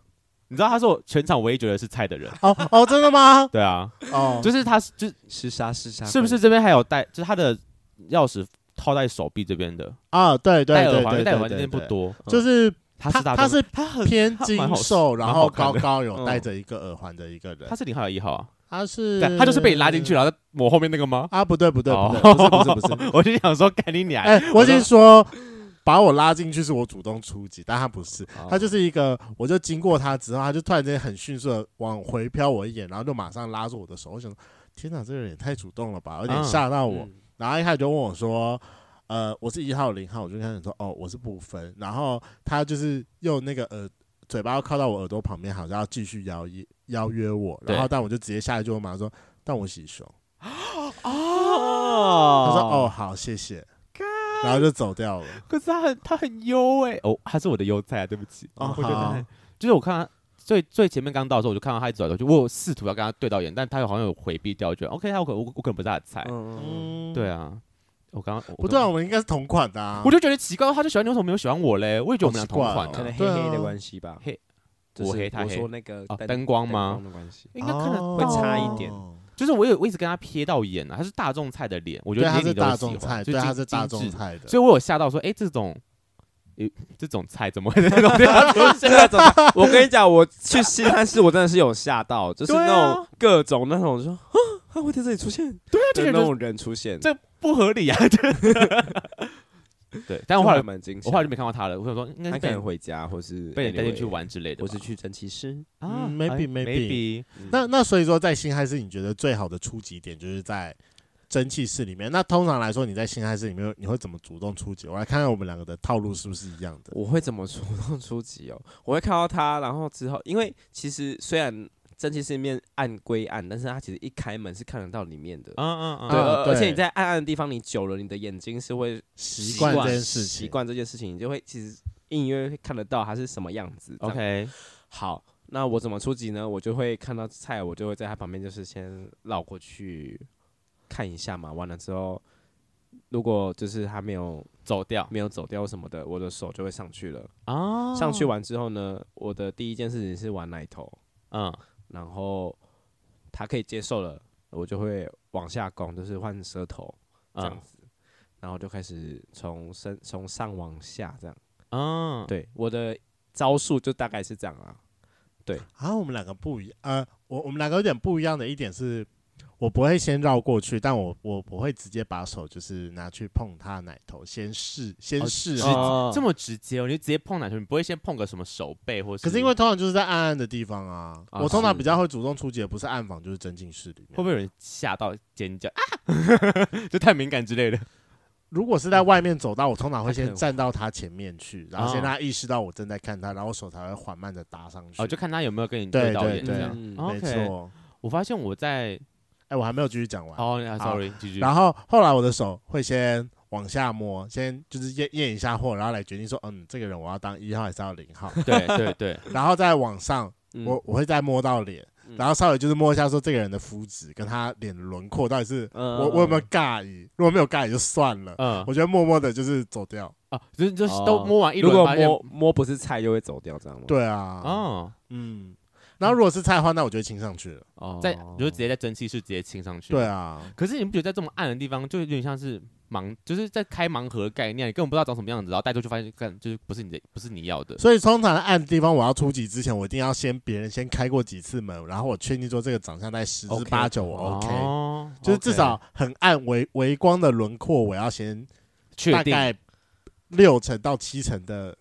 Speaker 1: 你知道他是我全场唯一觉得是菜的人，
Speaker 2: 哦哦，真的吗？
Speaker 1: 对啊，
Speaker 2: 哦，
Speaker 1: 就是他是就是
Speaker 3: 是杀是杀，
Speaker 1: 是不是这边还有带，就是他的钥匙套在手臂这边的，
Speaker 2: 啊，对对
Speaker 1: 戴
Speaker 2: 对
Speaker 1: 耳环，
Speaker 2: 对
Speaker 1: 戴耳环
Speaker 2: 对
Speaker 1: 今
Speaker 2: 对
Speaker 1: 天不
Speaker 2: 对，
Speaker 1: 多，嗯
Speaker 2: 就是
Speaker 1: 他是大
Speaker 2: 他
Speaker 1: 众
Speaker 2: 是
Speaker 1: 他很
Speaker 2: 偏
Speaker 1: 他蛮
Speaker 2: 精
Speaker 1: 好
Speaker 2: 瘦，然
Speaker 1: 蛮好
Speaker 2: 后
Speaker 1: 看
Speaker 2: 高
Speaker 1: 的
Speaker 2: 高有
Speaker 3: 嗯
Speaker 2: 戴着一个耳环的一个人
Speaker 1: 他是零号有一号啊，
Speaker 2: 他是
Speaker 1: 对，他就是被你拉进去，然后抹后面那个吗？
Speaker 2: 啊，不对不对不对，
Speaker 1: 哦
Speaker 2: 不是不是不是，
Speaker 1: 我就想说，干你娘！
Speaker 2: 哎、我只是说把我拉进去是我主动出击，但他不是，他就是一个，我就经过他之后，他就突然间很迅速的往回瞟我一眼，然后就马上拉住我的手，我想说，天哪，这个人也太主动了吧，有点
Speaker 1: 嗯
Speaker 2: 吓到我。
Speaker 3: 嗯
Speaker 2: 然后一开始就问我说，呃，我是一号零号，我就跟他讲说，哦，我是不分。然后他就是用那个耳嘴巴要靠到我耳朵旁边，好像要继续邀约邀约我，然后
Speaker 1: 对
Speaker 2: 但我就直接下一句我马上说，但我洗手。
Speaker 1: 哦
Speaker 2: 他说，哦，好，谢谢。然后就走掉了。
Speaker 1: 可是他很他很优哎、哦，他是我的优菜啊，对不起。
Speaker 2: 哦
Speaker 1: 我觉得
Speaker 2: 好
Speaker 1: 他就是我看他最最前面刚到的时候，我就看到他一直走来走去，我有试图要跟他对到眼，但他有好像有回避掉，我觉得 OK，他有可我我可能不是他的菜。
Speaker 3: 嗯，
Speaker 1: 对啊，我刚刚
Speaker 2: 不对啊，我们应该是同款的啊
Speaker 1: 我。就觉得奇怪，他就喜欢你，为什么没有喜欢我嘞？我也觉得我们俩同款
Speaker 2: 好
Speaker 1: 呢、
Speaker 2: 奇
Speaker 3: 可
Speaker 2: 怪
Speaker 3: 能
Speaker 2: 对
Speaker 3: 黑
Speaker 2: 啊
Speaker 3: 黑的关系吧，
Speaker 1: 黑
Speaker 3: 就是
Speaker 1: 我黑他黑
Speaker 3: 说那个
Speaker 1: 哦灯光吗
Speaker 3: 灯光的关系，
Speaker 1: 应该看得
Speaker 2: 哦
Speaker 3: 会差一点
Speaker 1: 就是我有我一直跟他瞥到眼啊，他是大众菜的脸，我觉
Speaker 2: 对，
Speaker 1: 得
Speaker 2: 他
Speaker 1: 连
Speaker 2: 是
Speaker 1: 你都
Speaker 2: 大
Speaker 1: 喜
Speaker 2: 众菜，
Speaker 1: 欢，
Speaker 2: 对，
Speaker 1: 就精
Speaker 2: 他是大
Speaker 1: 精
Speaker 2: 众
Speaker 1: 致
Speaker 2: 菜的。
Speaker 1: 所以我有吓到说，哎、这种，诶、这种菜怎么会在那种地方出现？
Speaker 3: 对啊，怎么办？我跟你讲，我去西餐室，我真的是有吓到，就是
Speaker 1: 对啊
Speaker 3: 那种各种那种，我就说啊，他会在这里出现，对啊
Speaker 1: 这个
Speaker 3: 那
Speaker 1: 人
Speaker 3: 种人出现，
Speaker 1: 这不合理啊！对，但
Speaker 3: 就
Speaker 1: 我后
Speaker 3: 还
Speaker 1: 来
Speaker 3: 蛮惊喜。
Speaker 1: 我后来就没看到他了。我想说，应该
Speaker 3: 他
Speaker 1: 是
Speaker 3: 可
Speaker 1: 被
Speaker 3: 能回家，或是
Speaker 1: 被人带进去
Speaker 3: anyway，
Speaker 1: 玩之类的
Speaker 3: 或
Speaker 1: 吧。
Speaker 3: 是去蒸汽室。
Speaker 1: 啊
Speaker 2: 嗯，maybe-
Speaker 1: 哎
Speaker 2: maybe
Speaker 1: maybe
Speaker 2: 那那所以说，在新亥市，你觉得最好的初级点就是在蒸汽室里面。那通常来说，你在新亥市里面，你会怎么主动出击？我来看看我们两个的套路是不是一样的。
Speaker 3: 我会怎么主动出击哦？我会看到他，然后之后，因为其实虽然蒸汽室里面暗归暗，但是他其实一开门是看得到里面的。
Speaker 1: 嗯嗯嗯，
Speaker 3: 对，
Speaker 2: 啊
Speaker 3: 呃而而且
Speaker 2: 对
Speaker 3: 你在暗暗的地方，你久了，你的眼睛是会
Speaker 2: 习惯这件事
Speaker 3: 习
Speaker 2: 情，
Speaker 3: 惯这件事情，你就会其实隐约会看得到它是什么样子。这样
Speaker 1: OK，
Speaker 3: 好，那我怎么出击呢？我就会看到菜，我就会在他旁边，就是先绕过去看一下嘛。完了之后，如果就是他没有
Speaker 1: 走掉
Speaker 3: 没有走掉什么的，我的手就会上去了。
Speaker 1: 啊，
Speaker 3: 上去完之后呢，我的第一件事情是玩奶头，
Speaker 1: 嗯，
Speaker 3: 然后他可以接受了，我就会往下攻，就是换舌头这样
Speaker 1: 嗯
Speaker 3: 子，然后就开始从身从上往下这样。
Speaker 1: 嗯，
Speaker 3: 对，我的招数就大概是这样啊。
Speaker 2: 啊，我们两个不一呃，我我们两个有点不一样的一点是，我不会先绕过去，但我我我会直接把手就是拿去碰他的奶头，先试先
Speaker 1: 哦
Speaker 2: 试
Speaker 1: 直
Speaker 2: 好。
Speaker 3: 哦
Speaker 1: 这么直接哦，你就直接碰奶头，你不会先碰个什么手背或
Speaker 2: 可是因为通常就是在暗暗的地方啊，
Speaker 3: 啊
Speaker 2: 我通常
Speaker 3: 是
Speaker 2: 比较会主动出击，的不是暗房就是真进室里面。
Speaker 1: 会不会有人吓到尖叫啊， 就太敏感之类的？
Speaker 2: 如果是在外面走到，我通常会
Speaker 3: 他可
Speaker 2: 先
Speaker 3: 能
Speaker 2: 站到他前面去，然后先
Speaker 1: 哦
Speaker 2: 让他意识到我正在看他，然后手才会缓慢的搭上去。
Speaker 1: 哦，就看他有没有跟你
Speaker 2: 对
Speaker 1: 到
Speaker 2: 对
Speaker 1: 眼
Speaker 2: 对
Speaker 1: 这
Speaker 2: 啊
Speaker 1: 样。
Speaker 3: 嗯
Speaker 1: 哦
Speaker 2: 没
Speaker 1: OK
Speaker 2: 错。
Speaker 1: 我发现我在
Speaker 2: 哎，我还没有继续讲完。
Speaker 1: 哦啊，sorry，继续。
Speaker 2: 然后后来我的手会先往下摸，先就是验验一下货，然后来决定说，嗯，这个人我要当一号还是要零 号，
Speaker 1: 对对对，
Speaker 2: 然后再往上，
Speaker 3: 嗯
Speaker 2: 我我会再摸到脸，
Speaker 3: 嗯
Speaker 2: 然后稍微就是摸一下说这个人的肤质跟他脸的轮廓到底是
Speaker 3: 嗯
Speaker 2: 我我有没有尬意，如果没有尬意就算了，
Speaker 1: 嗯
Speaker 2: 我觉得默默的就是走掉。
Speaker 1: 啊，就是就是
Speaker 3: 哦
Speaker 1: 都摸完一
Speaker 3: 如
Speaker 1: 轮，
Speaker 3: 果
Speaker 1: 发现
Speaker 3: 摸摸不是菜就会走掉，这样吗？，
Speaker 2: 对啊，
Speaker 1: 哦，
Speaker 2: 嗯，然后如果是菜的话，那我就会亲上去了。
Speaker 3: 哦
Speaker 1: 在你就直接在蒸汽室直接亲上去。
Speaker 2: 对。啊，
Speaker 1: 可是你不觉得在这么暗的地方，就有点像是盲，就是在开盲盒概念，你根本不知道长什么样子，然后带出去发现，干就是不是你的，不是你要的。
Speaker 2: 所以通常在暗地方，我要出击之前，我一定要先别人先开过几次门，然后我确定说这个长相在十之
Speaker 3: OK
Speaker 2: 八九我 OK，
Speaker 1: 哦
Speaker 2: 就是至
Speaker 1: OK
Speaker 2: 少很暗微微光的轮廓，我要先大
Speaker 1: 确定，
Speaker 2: 概六成到七成的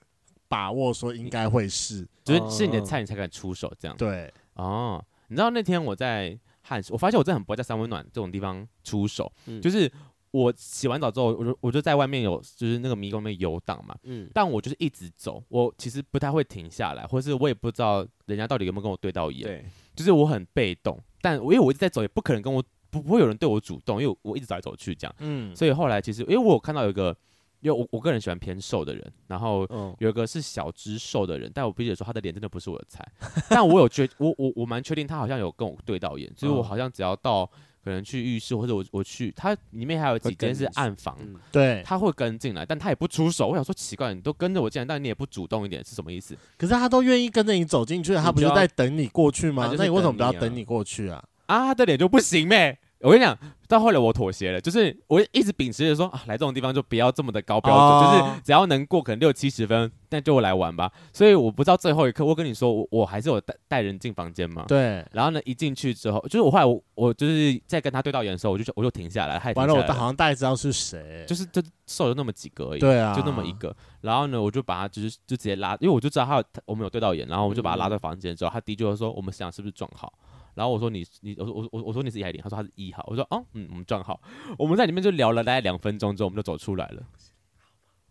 Speaker 2: 把握，说应该会是
Speaker 1: 就是是你的
Speaker 3: 嗯嗯
Speaker 1: 菜，你才敢出手这样。
Speaker 2: 对。
Speaker 1: 哦，你知道那天我在汉水，我发现我真的很不会在三温暖这种地方出手，
Speaker 3: 嗯
Speaker 1: 就是我洗完澡之后，我就我就在外面有就是那个迷宫里面游荡嘛，
Speaker 3: 嗯
Speaker 1: 但我就是一直走，我其实不太会停下来，或是我也不知道人家到底有没有跟我对到眼，
Speaker 3: 对，
Speaker 1: 就是我很被动，但我因为我一直在走，也不可能跟我不不会有人对我主动，因为我我一直走来走去这样，
Speaker 2: 嗯，
Speaker 1: 所以后来其实因为我有看到有一个，因为我我个人喜欢偏瘦的人，然后
Speaker 3: 嗯
Speaker 1: 有一个是小只瘦的人，但我必须得说他的脸真的不是我的 菜，但我有觉我我我蛮确定他好像有跟我对到眼，所以我
Speaker 3: 嗯
Speaker 1: 好像只要到可能去浴室或者我我去他里面还有几
Speaker 3: 会跟
Speaker 1: 间是
Speaker 3: 你说
Speaker 1: 暗房，
Speaker 3: 嗯
Speaker 2: 对。
Speaker 1: 他会跟进来，但他也不出手。我想说奇怪，你都跟着我进来，但你也不主动一点，是什么意思？
Speaker 2: 可是他都愿意跟着你走进去，他不
Speaker 3: 你
Speaker 2: 是
Speaker 3: 就要
Speaker 2: 在等你过去吗
Speaker 3: 他？就是
Speaker 2: 那你为什么不要
Speaker 3: 等你啊
Speaker 2: 等你过去啊？
Speaker 1: 啊，他的脸就不行呗、我跟你讲，到后来我妥协了，就是我一直秉持着说啊，来这种地方就不要这么的高标准，
Speaker 2: 哦
Speaker 1: 就是只要能过可能六七十分，那就来玩吧。所以我不知道最后一刻，我跟你说，我我还是有带带人进房间嘛。
Speaker 2: 对，
Speaker 1: 然后呢，一进去之后，就是我后来我我就是在跟他对到眼的时候，我就我就停下来，他也停
Speaker 2: 完
Speaker 1: 下
Speaker 2: 了，
Speaker 1: 来
Speaker 2: 我
Speaker 1: 了
Speaker 2: 好像大概知道是谁，
Speaker 1: 就是就瘦了那么几个而已，
Speaker 2: 对啊，
Speaker 1: 就那么一个。然后呢，我就把他就是就直接拉，因为我就知道他有他我们有对到眼，然后我就把他拉到房间之后，他的确说我们想是不是撞号。然后我说你你我说我我我说你是一还是零？他说他是一号。我说哦嗯我们撞号。我们在里面就聊了大概两分钟之后，我们就走出来了。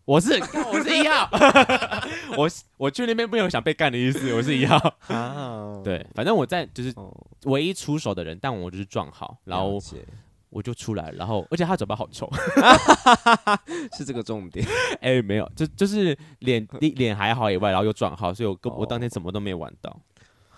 Speaker 1: 我是干我是一号，我是我去那边没有想被干的意思，我是一号。
Speaker 3: 啊，
Speaker 1: 对，反正我在就是
Speaker 3: 哦，
Speaker 1: 唯一出手的人，但我就是撞号，然
Speaker 3: 了
Speaker 1: 后
Speaker 3: 解
Speaker 1: 我就出来，然后而且他嘴巴好臭，
Speaker 3: 是这个重 点。
Speaker 1: 哎、没有，就就是脸脸脸还好以外，然后又转好，所以我跟、我
Speaker 3: 哦
Speaker 1: 当天什么都没玩到。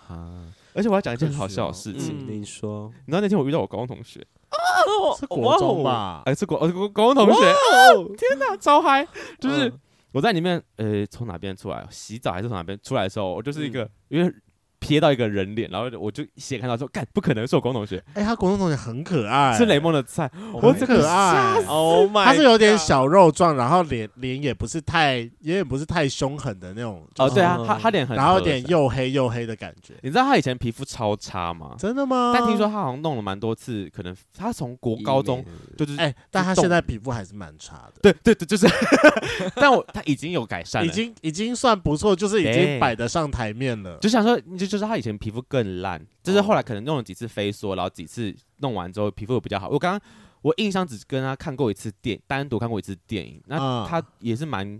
Speaker 3: 啊，
Speaker 1: 而且我要讲一件
Speaker 2: 可
Speaker 1: 很 好
Speaker 2: 是
Speaker 1: 笑
Speaker 2: 哦
Speaker 1: 的事情，
Speaker 3: 嗯，您说，
Speaker 1: 你知道那天我遇到我高中同学，哦
Speaker 2: 是国中吧？
Speaker 1: 哎、是国呃国高中同学，哦、天哪，超嗨！就是我在里面，呃，从哪边出来，洗澡还是从哪边出来的时候，我就是一个、因为瞥到一个人脸，然后我就一眼看到说，干，不可能是我高中同学，
Speaker 2: 哎，他国中同学很可爱，
Speaker 1: 是雷蒙的菜，
Speaker 2: 很
Speaker 1: 我
Speaker 3: 这
Speaker 1: 这
Speaker 2: 可爱。
Speaker 3: ，Oh my，
Speaker 2: 他是有点小肉壮，然后脸脸也不是太，也不是太凶狠的那种，
Speaker 1: 哦、
Speaker 2: 就
Speaker 1: 对啊
Speaker 3: 哦，
Speaker 1: 他他脸很，
Speaker 2: 然后有点，黝黑黝黑的感觉。
Speaker 1: 你知道他以前皮肤超差吗？
Speaker 2: 真的吗？
Speaker 1: 哦但听说他好像弄了蛮多次，可能他从国高中就是
Speaker 2: 哎、但他
Speaker 1: 动
Speaker 2: 现在皮肤还是蛮差的，
Speaker 1: 对 对对，就是， 但我他已经有改善了，
Speaker 2: 已经已经算不错，就是已经
Speaker 1: 对
Speaker 2: 摆得上台面了。
Speaker 1: 就想说，就就是他以前皮肤更烂，就是后来可能用了几次飞梭，然后几次弄完之后皮肤又比较好。我刚刚我印象只跟他看过一次电，单独看过一次电影，那
Speaker 2: 啊
Speaker 1: 他也是蛮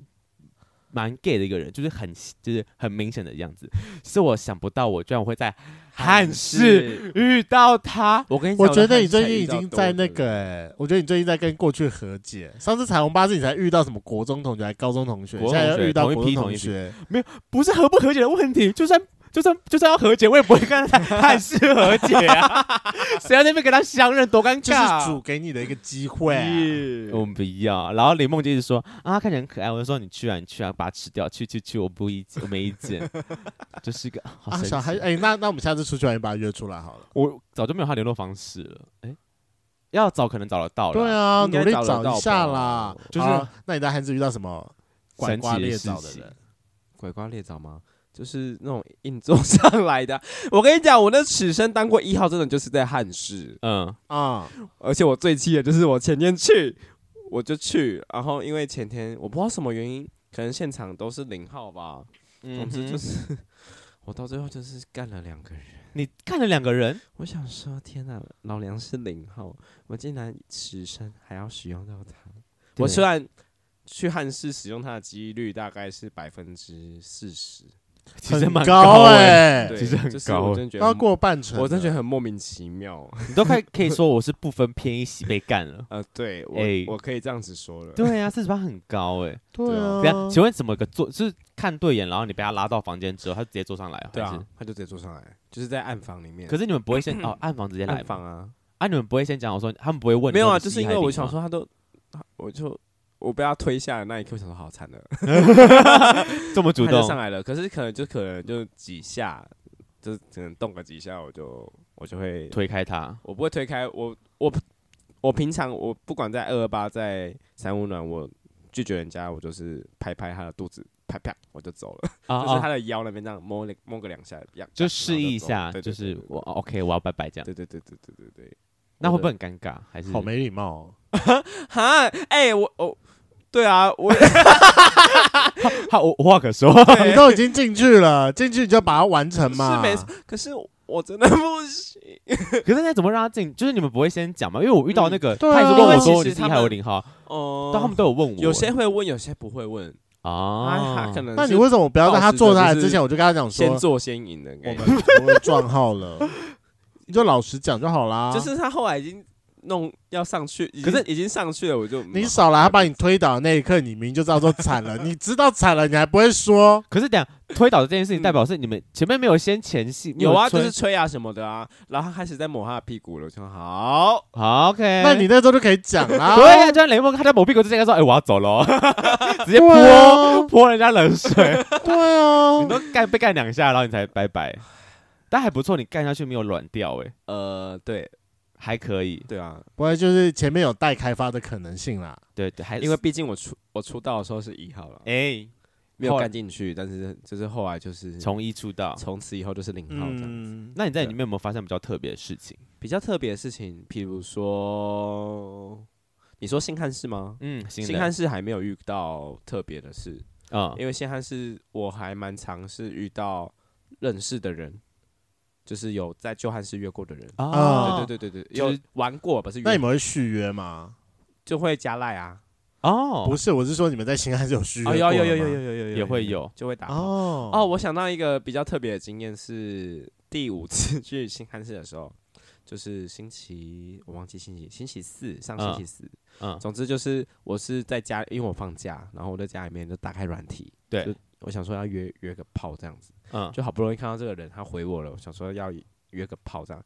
Speaker 1: 蛮 gay 的一个人，就是很就是很明显的样 子，是我想不到我居然会在汉室遇到他。
Speaker 3: 我跟你讲，
Speaker 2: 我觉得
Speaker 3: 在
Speaker 2: 你最
Speaker 3: 汉
Speaker 2: 近
Speaker 3: 城
Speaker 2: 已
Speaker 3: 遇到
Speaker 2: 经
Speaker 3: 多
Speaker 2: 在
Speaker 3: 的
Speaker 2: 那个、哎我觉得你最近在跟过去和解。上次彩虹八字你才遇到什么国中同学、还高中同学，
Speaker 1: 国
Speaker 2: 现
Speaker 1: 中
Speaker 2: 在
Speaker 1: 同学
Speaker 2: 又遇到
Speaker 1: 同一
Speaker 2: 国中
Speaker 1: 批
Speaker 2: 同
Speaker 1: 同一批
Speaker 2: 学，
Speaker 1: 不是和不和解的问题，就算就算就算要和解，我也不会跟他 汉室和解啊！ 谁要在那边跟他相认，多尴
Speaker 2: 就
Speaker 1: 尬、啊！
Speaker 2: 是主给你的一个机会啊、
Speaker 1: 我们不要。然后林梦就一直说啊，她看起来很可爱。我就说你去啊，你去啊，把它吃掉，去去去，我不意见，我没意见。 就是一个好
Speaker 2: 啊！
Speaker 1: 神
Speaker 2: 小孩，
Speaker 1: 奇
Speaker 2: 哎、那那我们下次出去玩，你把他约出来好了。
Speaker 1: 我早就没有他联络方式了。哎、要找可能找得到了。
Speaker 2: 对，啊，
Speaker 3: 应该
Speaker 2: 努力
Speaker 3: 找得
Speaker 2: 找
Speaker 3: 到
Speaker 2: 一下
Speaker 3: 吧
Speaker 2: 啦。
Speaker 1: 就是
Speaker 2: 好那你在汉字遇到什么拐
Speaker 1: 神
Speaker 2: 瓜
Speaker 1: 奇
Speaker 2: 裂
Speaker 1: 的事
Speaker 2: 枣的
Speaker 1: 情
Speaker 2: 人？
Speaker 3: 拐瓜裂枣吗？就是那种硬座上来的。 我跟你讲，我那此生当过一号，真的就是在汉室。
Speaker 1: 嗯，
Speaker 2: 啊、
Speaker 3: 而且我最气的就是我前天去，我就去，然后因为前天我不知道什么原因，可能现场都是零号吧。
Speaker 1: 嗯
Speaker 3: 总之就是， 我到最后就是干了两个人。
Speaker 1: 你看了两个人，
Speaker 3: 我想说，天哪，老梁是零号，我竟然此生还要使用到他。
Speaker 1: 对
Speaker 3: 我虽然去汉室使用它的几率大概是百分之四十，
Speaker 1: 其实
Speaker 2: 很
Speaker 1: 蛮
Speaker 2: 高
Speaker 1: 哎、
Speaker 2: 哎、
Speaker 3: 对，
Speaker 1: 其实很
Speaker 3: 就是
Speaker 1: 高
Speaker 3: 我
Speaker 1: 欸
Speaker 3: 真的觉得
Speaker 2: 高
Speaker 3: 很，
Speaker 2: 过半程了，
Speaker 3: 我真的觉得很莫名其妙。。
Speaker 1: 你都快可以说我是不分偏一喜被干了
Speaker 3: 呃，对我、
Speaker 1: 哎
Speaker 3: 我可以这样子说了。
Speaker 1: 对啊，四十八很高哎、
Speaker 2: 对啊
Speaker 1: 等一
Speaker 3: 嗯
Speaker 1: 下，。请问怎么个坐？就是看对眼，然后你被他拉到房间之后，他直接坐上来啊？
Speaker 3: 对
Speaker 1: 还
Speaker 3: 啊
Speaker 1: 是，
Speaker 3: 他就直接坐上来，就是在暗房里面。
Speaker 1: 可是你们不会先哦，暗房直接来
Speaker 3: 暗
Speaker 1: 吗？
Speaker 3: 房啊，
Speaker 1: 啊，你们不会先讲我说，他们不会问你
Speaker 3: 没
Speaker 1: 说
Speaker 3: 有啊，
Speaker 1: 你
Speaker 3: 就是
Speaker 1: 一
Speaker 3: 因
Speaker 1: 还
Speaker 3: 为我
Speaker 1: 零
Speaker 3: 想
Speaker 1: 吗，
Speaker 3: 说他都，他我就我被他推下来那一刻，我想说好惨了，
Speaker 1: 这么主
Speaker 3: 他就
Speaker 1: 动，
Speaker 3: 上来了。可是可能就可能就几下，就是只能动个几下，我就我就会，
Speaker 1: 推开他，
Speaker 3: 我不会推开我我我平常我不管在二二八在三五暖，我拒绝人家，我就是拍拍他的肚子，啪啪我就走了。
Speaker 1: 啊
Speaker 3: 就是他的腰那边这样摸了摸个两下，样
Speaker 1: 就示意一下，
Speaker 3: 对
Speaker 1: 就
Speaker 3: 对对
Speaker 1: 是我 OK，我要拜拜这样，
Speaker 3: 对对对对对对对。
Speaker 1: 那会不
Speaker 3: 我
Speaker 1: 会
Speaker 3: 的
Speaker 1: 很尴尬？还是
Speaker 2: 好没礼貌、哦。
Speaker 3: 哈？哎，我哦，对啊，我
Speaker 1: 好，我无话可说，
Speaker 2: 啊你都已经进去了，进去你就把它完成嘛。
Speaker 3: 是没错，可是我真的不行。
Speaker 1: 可是那怎么让他进？就是你们不会先讲吗？因为我遇到那个，
Speaker 2: 对
Speaker 1: 他
Speaker 2: 啊
Speaker 1: 也是问我
Speaker 3: 嗯因为
Speaker 1: 说
Speaker 3: 其
Speaker 1: 你
Speaker 3: 实
Speaker 1: 是
Speaker 3: 他
Speaker 1: 一
Speaker 3: 们
Speaker 1: 还有零号，
Speaker 3: 哦
Speaker 1: 但他们都有问我，
Speaker 3: 有些会问，有些不会问。啊，
Speaker 1: 啊
Speaker 3: 他，可能
Speaker 2: 那你
Speaker 3: 是
Speaker 2: 为什么不要在他坐下来之
Speaker 3: 就是
Speaker 2: 前我就跟他讲说，
Speaker 3: 先做先赢的
Speaker 2: 我们
Speaker 3: 概念，
Speaker 2: 我们撞号了，你就老实讲就好啦。
Speaker 3: 就是他后来已经弄要上去，已
Speaker 1: 可是
Speaker 3: 经已经上去了，我就
Speaker 2: 你少来，他把你推倒的那一刻，你明明就知道说惨了，你知道惨了，你还不会说。
Speaker 1: 可是等下推倒的这件事情，
Speaker 3: 嗯
Speaker 1: 代表是你们前面没有先前戏，没
Speaker 3: 有啊，就
Speaker 1: 吹
Speaker 3: 是吹啊什么的啊，然后他开始在抹他的屁股了，我就说好，
Speaker 1: 好 OK，
Speaker 3: 哎
Speaker 2: 那你那时候就可以讲啦。
Speaker 1: 对啊，就像雷梦他在某屁股之前说，哎，我要走了哦，直接
Speaker 2: 对
Speaker 1: 泼
Speaker 2: 啊，
Speaker 1: 泼人家冷水。
Speaker 2: 对
Speaker 1: 你
Speaker 2: 啊，
Speaker 1: 都干被干两下，然后你才拜拜，但还不错，你干下去没有软掉哎、
Speaker 3: 呃，对，
Speaker 1: 还可以，
Speaker 3: 对啊，
Speaker 2: 不过就是前面有待开发的可能性啦。
Speaker 1: 对对，还
Speaker 3: 因为毕竟我出我出道的时候是一号了，
Speaker 1: 哎，
Speaker 3: 没有
Speaker 1: 后来
Speaker 3: 干进去，但是就是后来就是
Speaker 1: 从一出道，
Speaker 3: 从此以后就是零号这样。
Speaker 2: 嗯，
Speaker 1: 那你在里
Speaker 3: 对
Speaker 1: 面有没有发生比较特别的事情？
Speaker 3: 比较特别的事情，譬如说，你说性汉室吗？
Speaker 1: 嗯，新
Speaker 3: 性
Speaker 1: 的
Speaker 3: 汉室还没有遇到特别的事，
Speaker 1: 嗯，
Speaker 3: 因为性汉室我还蛮尝试遇到认识的人，就是有在旧汉室约过的人。
Speaker 1: 啊，
Speaker 3: 对对对对对，
Speaker 1: 就是
Speaker 3: 有玩过，不是约
Speaker 2: 那你们会续约吗？
Speaker 3: 就会加赖啊？
Speaker 1: 哦，
Speaker 2: 不是，我是说你们在新安是有续约
Speaker 3: 哦，
Speaker 2: 过
Speaker 3: 有有
Speaker 2: 的
Speaker 3: 有有
Speaker 2: 吗
Speaker 3: 有有有
Speaker 1: 也会有
Speaker 3: 就会打炮。
Speaker 2: 哦
Speaker 3: 哦，我想到一个比较特别的经验是，第五次 去新汉市的时候，就是星期我忘记星期星期四上星期四，
Speaker 1: 嗯
Speaker 3: 总之就是我是在家，因为我放假，然后我在家里面就打开软体，
Speaker 1: 对
Speaker 3: 就我想说要约约个炮这样子，
Speaker 1: 嗯，
Speaker 3: 就好不容易看到这个人，他回我了，我想说要约个炮这样。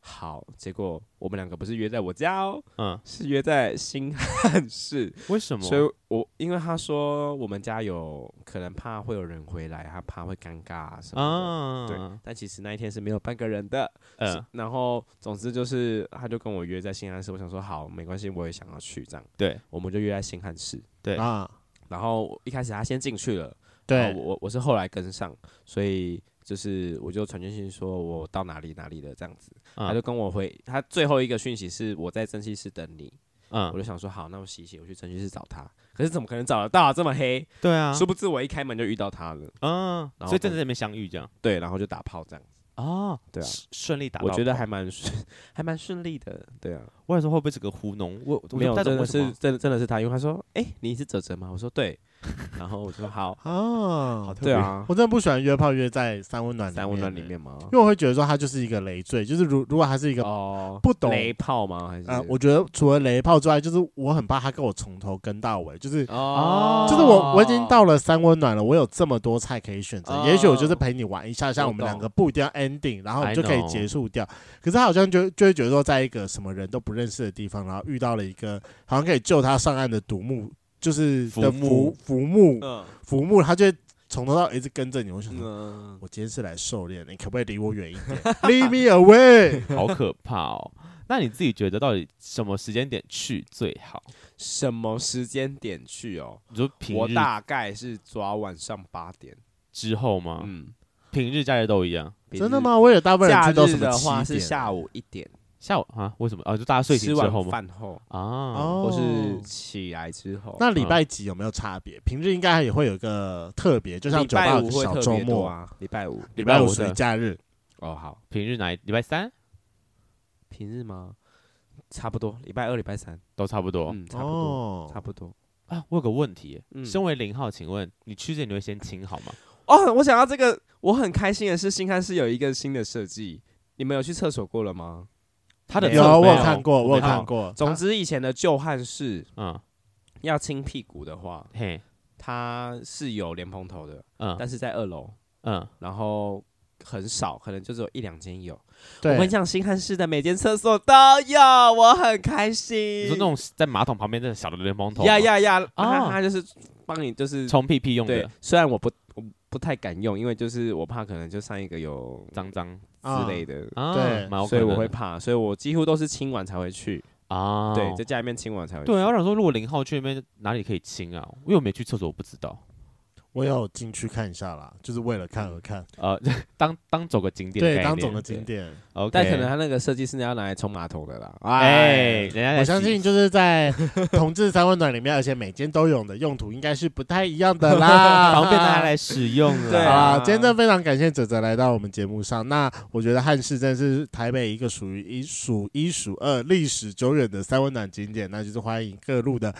Speaker 3: 好，结果我们两个不是约在我家哦，
Speaker 1: 嗯，
Speaker 3: 是约在新汉市。
Speaker 1: 为什么？
Speaker 3: 所以我因为他说我们家有可能怕会有人回来，他怕会尴尬啊什么
Speaker 1: 啊，
Speaker 3: 的。对，但其实那一天是没有半个人的。
Speaker 1: 嗯，
Speaker 3: 然后总之就是，他就跟我约在新汉市，我想说好，没关系，我也想要去这样，
Speaker 1: 对，
Speaker 3: 我们就约在新汉市。
Speaker 1: 对
Speaker 2: 啊，
Speaker 3: 然后一开始他先进去了，然
Speaker 2: 对，
Speaker 3: 哦后，我我我是后来跟上，所以就是我就传讯息说我到哪里哪里了这样子，他
Speaker 1: 嗯
Speaker 3: 就跟我回，他最后一个讯息是我在蒸汽室等你，我
Speaker 1: 嗯，
Speaker 3: 就想说好，那我洗一洗，我去蒸汽室找他，可是怎么可能找得到、啊、这么黑？
Speaker 1: 对啊，
Speaker 3: 殊不知我一开门就遇到他了，
Speaker 1: 嗯，
Speaker 3: 然后
Speaker 1: 所以真的在那边相遇这样
Speaker 3: 对，然后就打炮这样子，
Speaker 1: 啊，
Speaker 3: 对啊，
Speaker 1: 顺顺利打到
Speaker 3: 我
Speaker 1: 炮，
Speaker 3: 觉得还蛮顺，还蛮顺利的，对啊，
Speaker 1: 我想说会不会是个糊 弄？我我
Speaker 3: 没有，
Speaker 1: 不知道
Speaker 3: 真的
Speaker 1: 为什么
Speaker 3: 是真的真的是他，因为他说，哎、你是哲哲吗？我说对， 然后我说好
Speaker 2: 啊，
Speaker 1: 特别
Speaker 3: 对啊
Speaker 2: 我，真的不喜欢约炮约在三温暖
Speaker 3: 三温暖
Speaker 2: 欸
Speaker 3: 里，面吗？
Speaker 2: 因为我会觉得说它就是一个累赘，就是如如果它是一个
Speaker 3: 哦，
Speaker 2: 不懂
Speaker 3: 雷炮吗？还是
Speaker 2: 呃，我觉得除了雷炮之外，就是我很怕他跟我从头跟到尾，就是
Speaker 3: 哦，
Speaker 2: 就是我我已经到了三温暖了，我有这么多菜可以选择，
Speaker 3: 哦
Speaker 2: 也许我就是陪你玩一下下，
Speaker 3: 我
Speaker 2: 我们
Speaker 3: 懂
Speaker 2: 两个不一定要 ending，然后我们
Speaker 1: I
Speaker 2: 就可以
Speaker 1: know
Speaker 2: 结束掉。可是他好像就就会觉得说，在一个什么人都不认识的地方，然后遇到了一个好像可以救他上岸的独木，就是
Speaker 1: 浮
Speaker 2: 的
Speaker 1: 木
Speaker 2: 浮浮木
Speaker 3: 嗯
Speaker 2: 浮木，他就会从头到尾一直跟着你。我想说，
Speaker 3: 嗯，
Speaker 2: 我今天是来狩猎，你可不可以离我远一点 ？Leave me away！
Speaker 1: 好可怕哦。那你自己觉得到底什么时间点去最好？
Speaker 3: 什么时间点去哦？
Speaker 1: 你说平
Speaker 3: 我
Speaker 1: 日
Speaker 3: 大概是抓晚上八点，
Speaker 1: 之后吗？
Speaker 3: 嗯，
Speaker 1: 平日假日都一样。
Speaker 2: 真的？吗？我有大部分人
Speaker 3: 假
Speaker 2: 知道什
Speaker 3: 日
Speaker 2: 么
Speaker 3: 的话
Speaker 2: 七
Speaker 3: 是
Speaker 2: 点啊
Speaker 3: 下午一点，
Speaker 1: 下午啊？为什么啊？就大家睡
Speaker 3: 吃
Speaker 1: 醒之后
Speaker 3: 完
Speaker 1: 吗？
Speaker 3: 饭后。
Speaker 1: 啊，
Speaker 2: 哦
Speaker 3: 或是嗯起来之后，
Speaker 2: 那礼拜几有没有差别？平日应该也会有一个特别，就像
Speaker 3: 礼
Speaker 2: 酒吧
Speaker 3: 拜
Speaker 2: 有
Speaker 3: 五
Speaker 2: 个
Speaker 3: 会
Speaker 2: 小
Speaker 3: 特
Speaker 2: 周
Speaker 3: 别多
Speaker 2: 末，
Speaker 3: 啊，礼拜五
Speaker 2: 礼
Speaker 1: 拜
Speaker 2: 拜
Speaker 1: 五
Speaker 2: 五
Speaker 1: 的
Speaker 2: 是假日，
Speaker 3: 哦好，
Speaker 1: 平日哪一？礼拜三
Speaker 3: 平日吗？差不多，礼拜二、礼拜三，
Speaker 1: 都差不多
Speaker 3: 嗯，差不多，
Speaker 2: 哦
Speaker 3: 差，不多。
Speaker 1: 啊。我有个问题，
Speaker 3: 嗯
Speaker 1: 身为零号，请问你去之前你会先亲好吗？
Speaker 3: 哦，我想到这个，我很开心的是，新汉是有一个新的设计，你们有去厕所过了吗？
Speaker 1: 他的
Speaker 2: 有啊
Speaker 1: 侧
Speaker 2: 我
Speaker 1: 背
Speaker 2: 有
Speaker 1: 哦
Speaker 2: 看过，我
Speaker 1: 没
Speaker 2: 有看过。
Speaker 3: 总之，以前的旧汉室
Speaker 1: 嗯，
Speaker 3: 要亲屁股的话，
Speaker 1: 嘿，
Speaker 3: 它是有莲蓬头的，
Speaker 1: 嗯
Speaker 2: 啊
Speaker 3: 但是在二楼，
Speaker 1: 嗯，
Speaker 3: 然后很少，可能就只有一两间有。我
Speaker 2: 对
Speaker 3: 跟你，讲，新汉室的每间厕所都有，我很开心。
Speaker 1: 你说那种在马桶旁边那个小的莲蓬头吗，
Speaker 3: 呀呀呀，
Speaker 1: 啊
Speaker 3: 啊，他就是帮你就是
Speaker 1: 冲屁屁用
Speaker 3: 对
Speaker 1: 的，，
Speaker 3: 虽然我不我不太敢用，因为就是我怕可能就上一个有
Speaker 1: 脏脏
Speaker 2: 啊
Speaker 3: 之类的，
Speaker 1: 啊，
Speaker 2: 对
Speaker 1: 蛮有可
Speaker 3: 所以
Speaker 1: 能
Speaker 3: 我会
Speaker 1: 的
Speaker 3: 怕，所以我几乎都是清完才会去，
Speaker 1: 啊，
Speaker 3: 对，在家里面清完才会去。
Speaker 1: 对啊，我想说，如果零号去那边哪里可以亲啊？因为我没去厕所，我不知道。
Speaker 2: 我有进去看一下啦，就是为了看
Speaker 3: 嗯
Speaker 2: 而看。
Speaker 1: 呃，当当走个景点概
Speaker 2: 对，
Speaker 1: 念，
Speaker 2: 当总的景点，
Speaker 1: OK，
Speaker 3: 但可能他那个设计是要拿来冲马桶的啦，
Speaker 1: 哎，
Speaker 3: 哎，
Speaker 1: 人家在
Speaker 2: 我相
Speaker 1: 洗
Speaker 2: 信就是在同志三温暖里面，而且每间都有的用途应该是不太一样的 啦，
Speaker 1: 方便大家来使 用了。
Speaker 3: 对啊
Speaker 2: 啊啊，今天真的非常感谢哲哲来到我们节目上。那我觉得汉室真的是台北一个属于一数一数二、历史久远的三温暖景点，那就是欢迎各路的。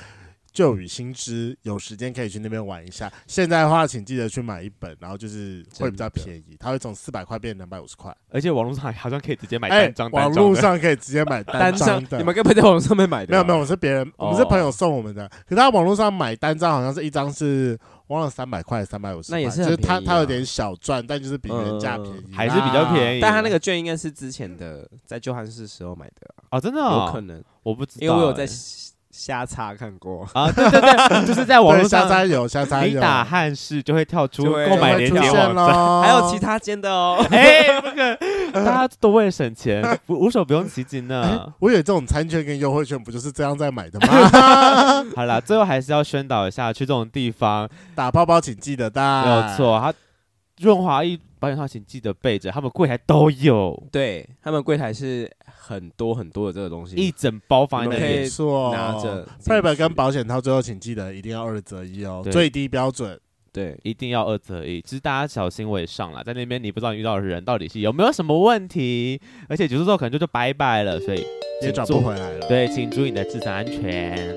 Speaker 2: 旧与新知，有时间可以去那边玩一下。现在的话，请记得去买一本，然后就是会比较便宜，它会从四百块变两百五十块。
Speaker 1: 而且网络上好像可以直接买
Speaker 2: 哎
Speaker 1: 单张，
Speaker 2: 网
Speaker 1: 单张
Speaker 2: 络
Speaker 1: 的
Speaker 2: 上可以直接买单
Speaker 3: 单
Speaker 2: 张
Speaker 3: 上
Speaker 2: 的
Speaker 3: 你。们根本在网上面买的，
Speaker 2: 没
Speaker 3: 啊
Speaker 2: 有没有，，我是别人，
Speaker 3: 哦
Speaker 2: 我们是朋友送我们的。可是他网络上买单张好像是一张是忘了三百块，三百五十，
Speaker 3: 那也是
Speaker 2: 就
Speaker 3: 很
Speaker 2: 是他
Speaker 3: 便宜啊嗯
Speaker 2: 他有点小赚，但就是比原价便宜，
Speaker 1: 还是比较便宜。
Speaker 3: 但他那个券应该是之前的在旧汉室时候买的，
Speaker 1: 哦，真的
Speaker 3: 有
Speaker 1: 哦
Speaker 3: 可能，
Speaker 1: 我不知道，
Speaker 3: 因为我有在
Speaker 1: 哎
Speaker 3: 新瞎擦看过，
Speaker 1: 啊，对对对，就是在网
Speaker 2: 对，
Speaker 1: 络
Speaker 2: 下
Speaker 1: 上
Speaker 2: 载有下载
Speaker 1: 你
Speaker 2: 有，
Speaker 1: 打汉室就会跳出
Speaker 3: 就会
Speaker 1: 购买
Speaker 2: 就会
Speaker 1: 链
Speaker 2: 出
Speaker 1: 接
Speaker 2: 现
Speaker 1: 网站。
Speaker 2: 咯。
Speaker 3: 还有其他间的哦。
Speaker 1: 哎，那个大家都为了省钱，无无所不用其极
Speaker 2: 哎
Speaker 3: 嗯
Speaker 1: 呢。
Speaker 2: 我以为这种餐券跟优惠券不就是这样在买的 吗？
Speaker 1: 好啦，最后还是要宣导一下，去这种地方
Speaker 2: 打包包请记得带，
Speaker 1: 没有。错。它润滑液、保险套请记得备着，他们柜台都有
Speaker 3: 对他们柜台是很多很多的这个东西，
Speaker 1: 一整包放在
Speaker 3: 你
Speaker 1: 那
Speaker 3: 们可以
Speaker 1: 里。
Speaker 2: 没错，
Speaker 3: 拿着进
Speaker 2: Prep
Speaker 3: 去
Speaker 2: 哦跟保险套最后请记得一定要二择一哦，
Speaker 1: 对
Speaker 2: 最低标准。
Speaker 3: 对
Speaker 1: 一定要二择一，就是大家小心为上啦。在那边你不知道你遇到的人到底是有没有什么问题，而且结束之后可能就就拜拜了，所以
Speaker 2: 也
Speaker 1: 请
Speaker 2: 转
Speaker 1: 注
Speaker 2: 不回来了。
Speaker 1: 对，请注意你的自身安全。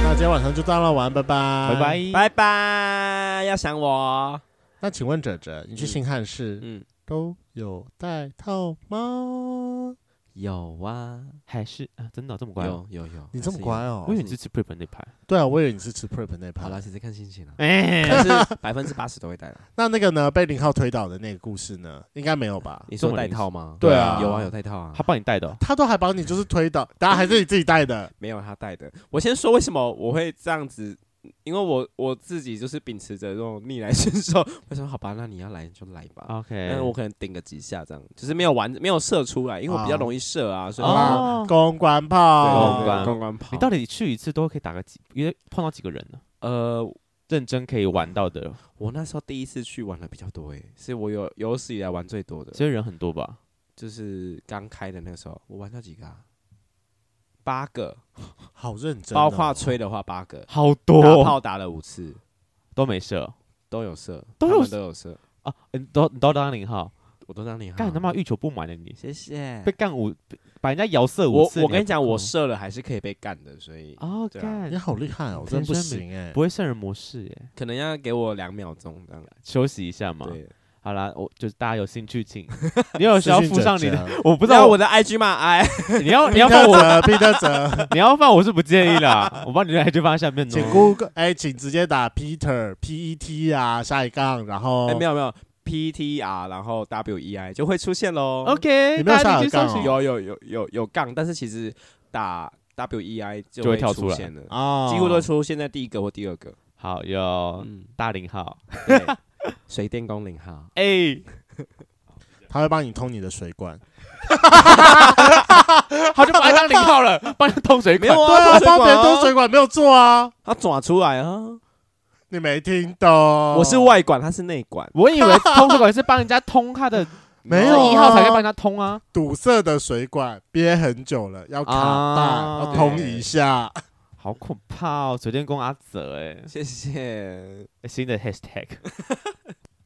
Speaker 2: 那今天晚上就到了，晚安，拜拜，
Speaker 1: 拜。拜。
Speaker 3: 拜拜，要想我哦，
Speaker 2: 那请问哲哲，你去新汉市、
Speaker 3: 嗯，
Speaker 2: 都有戴套吗？
Speaker 3: 有啊，
Speaker 1: 还是啊，真的哦这么乖哦？
Speaker 3: 有有有，
Speaker 2: 你这么
Speaker 3: 还是有
Speaker 2: 乖。哦
Speaker 1: 我以！为你是吃 prep 那排。，
Speaker 2: 对啊，我以为你是吃 prep 那
Speaker 3: 好
Speaker 2: 盘。
Speaker 3: 了，其实看心 情了啊
Speaker 1: 哎，
Speaker 3: 但是百分之八十都会戴了。
Speaker 2: 那那个呢？被林浩推倒的那个故事呢？应该没有吧？
Speaker 3: 你说戴套吗？
Speaker 2: 对啊
Speaker 3: 有啊，有戴套啊
Speaker 1: 他。帮你带的哦。
Speaker 2: 他都还帮你就是推倒，当然还是你自己带的。
Speaker 3: 没有他戴的。我先说为什么我会这样子，因为我我自己就是秉持着这种逆来顺受。我想说好吧，那你要来就来吧。但
Speaker 1: OK，
Speaker 3: 哎是我可能顶个几下这样，就是没有玩，没有射出来，因为我比较容易射啊，所以
Speaker 1: 哦
Speaker 2: 公关
Speaker 3: 对对对
Speaker 2: 炮，
Speaker 1: 啊公关
Speaker 3: 公关跑。
Speaker 1: 你到底去一次都可以打个几？因为碰到几个人呢？
Speaker 3: 呃，
Speaker 1: 认真可以玩到的，
Speaker 3: 我那时候第一次去玩的比较多诶，是我有有史以来玩最多的，
Speaker 1: 所以人很多吧？
Speaker 3: 就是刚开的那个时候，我玩到几个啊？八个，
Speaker 2: 好认真哦、
Speaker 3: 包括吹的话八个，
Speaker 1: 好
Speaker 3: 打炮打了五次，
Speaker 1: 都没射
Speaker 3: 都有射，
Speaker 1: 都有
Speaker 3: 他们都有射，
Speaker 1: 啊！你都你都当零号，
Speaker 3: 我都让你
Speaker 1: 干
Speaker 3: 好
Speaker 1: 他妈欲求不满的你，
Speaker 3: 谢谢
Speaker 1: 被干五，被把人家摇射五
Speaker 3: 我
Speaker 1: 次。
Speaker 3: 我
Speaker 1: 还
Speaker 3: 跟你讲，
Speaker 1: 不
Speaker 3: 我
Speaker 1: 哭
Speaker 3: 射了还是可以被干的，所以
Speaker 1: 哦，
Speaker 3: 对啊
Speaker 2: 你
Speaker 1: 干
Speaker 2: 好厉害哦，我真的不行哎、
Speaker 1: 不会圣人模式耶，
Speaker 3: 可能要给我两秒钟这样。
Speaker 1: 休息一下嘛。
Speaker 3: 对，
Speaker 1: 好啦，我就是大家有兴趣请，你有需要附上你
Speaker 2: 私
Speaker 1: 的，
Speaker 2: 讯哲
Speaker 1: 我
Speaker 3: 不
Speaker 1: 不
Speaker 3: 知
Speaker 1: 知
Speaker 3: 道
Speaker 1: 道
Speaker 3: 我的 IG 嘛？哎，
Speaker 1: 你要你
Speaker 2: 彼
Speaker 1: 要放
Speaker 2: 得
Speaker 1: 我，
Speaker 2: 哲，彼得 哲，
Speaker 1: 你要放我是不介意啦，我帮你来就放在下面
Speaker 2: 请
Speaker 1: 哦。
Speaker 2: Google，哎、请直接打 Peter P E T 啊，下一杠，然后、
Speaker 1: 哦
Speaker 3: 哎没有没有，P T R 然后 W E I 就会出现喽。
Speaker 1: OK，
Speaker 2: 你没有
Speaker 1: 大家
Speaker 2: 下
Speaker 1: 去
Speaker 2: 有杠
Speaker 1: 搜
Speaker 2: 哦
Speaker 1: 寻。
Speaker 3: 有有有有有杠，但是其实打 W E I 就
Speaker 1: 就会跳
Speaker 3: 出
Speaker 1: 出来
Speaker 3: 现了，
Speaker 2: 啊，
Speaker 3: 几乎都会出现在第一个或第二个。
Speaker 1: 哦好有
Speaker 3: 嗯，
Speaker 1: 大零号，
Speaker 3: 对，水电工零号。
Speaker 1: 哎，
Speaker 2: 他会帮你通你的水管，
Speaker 1: 他就把他当零号了，帮他通水
Speaker 3: 没
Speaker 1: 管
Speaker 3: 有。
Speaker 2: 对啊，
Speaker 3: 啊，
Speaker 2: 帮别人通
Speaker 3: 水
Speaker 2: 水管没有做啊，
Speaker 3: 他抓出来啊！
Speaker 2: 你没听懂？
Speaker 3: 我是外管，他是内管。
Speaker 1: 我以 为通水管是帮人家通他 的，
Speaker 2: 没有啊
Speaker 1: 一号才可以帮人家通啊。
Speaker 2: 堵塞的水管憋很久了，要卡带，
Speaker 1: 啊
Speaker 2: 要通一下。
Speaker 1: 好可怕哦！水电工阿泽哎、
Speaker 3: 谢谢。
Speaker 1: 新的 hashtag。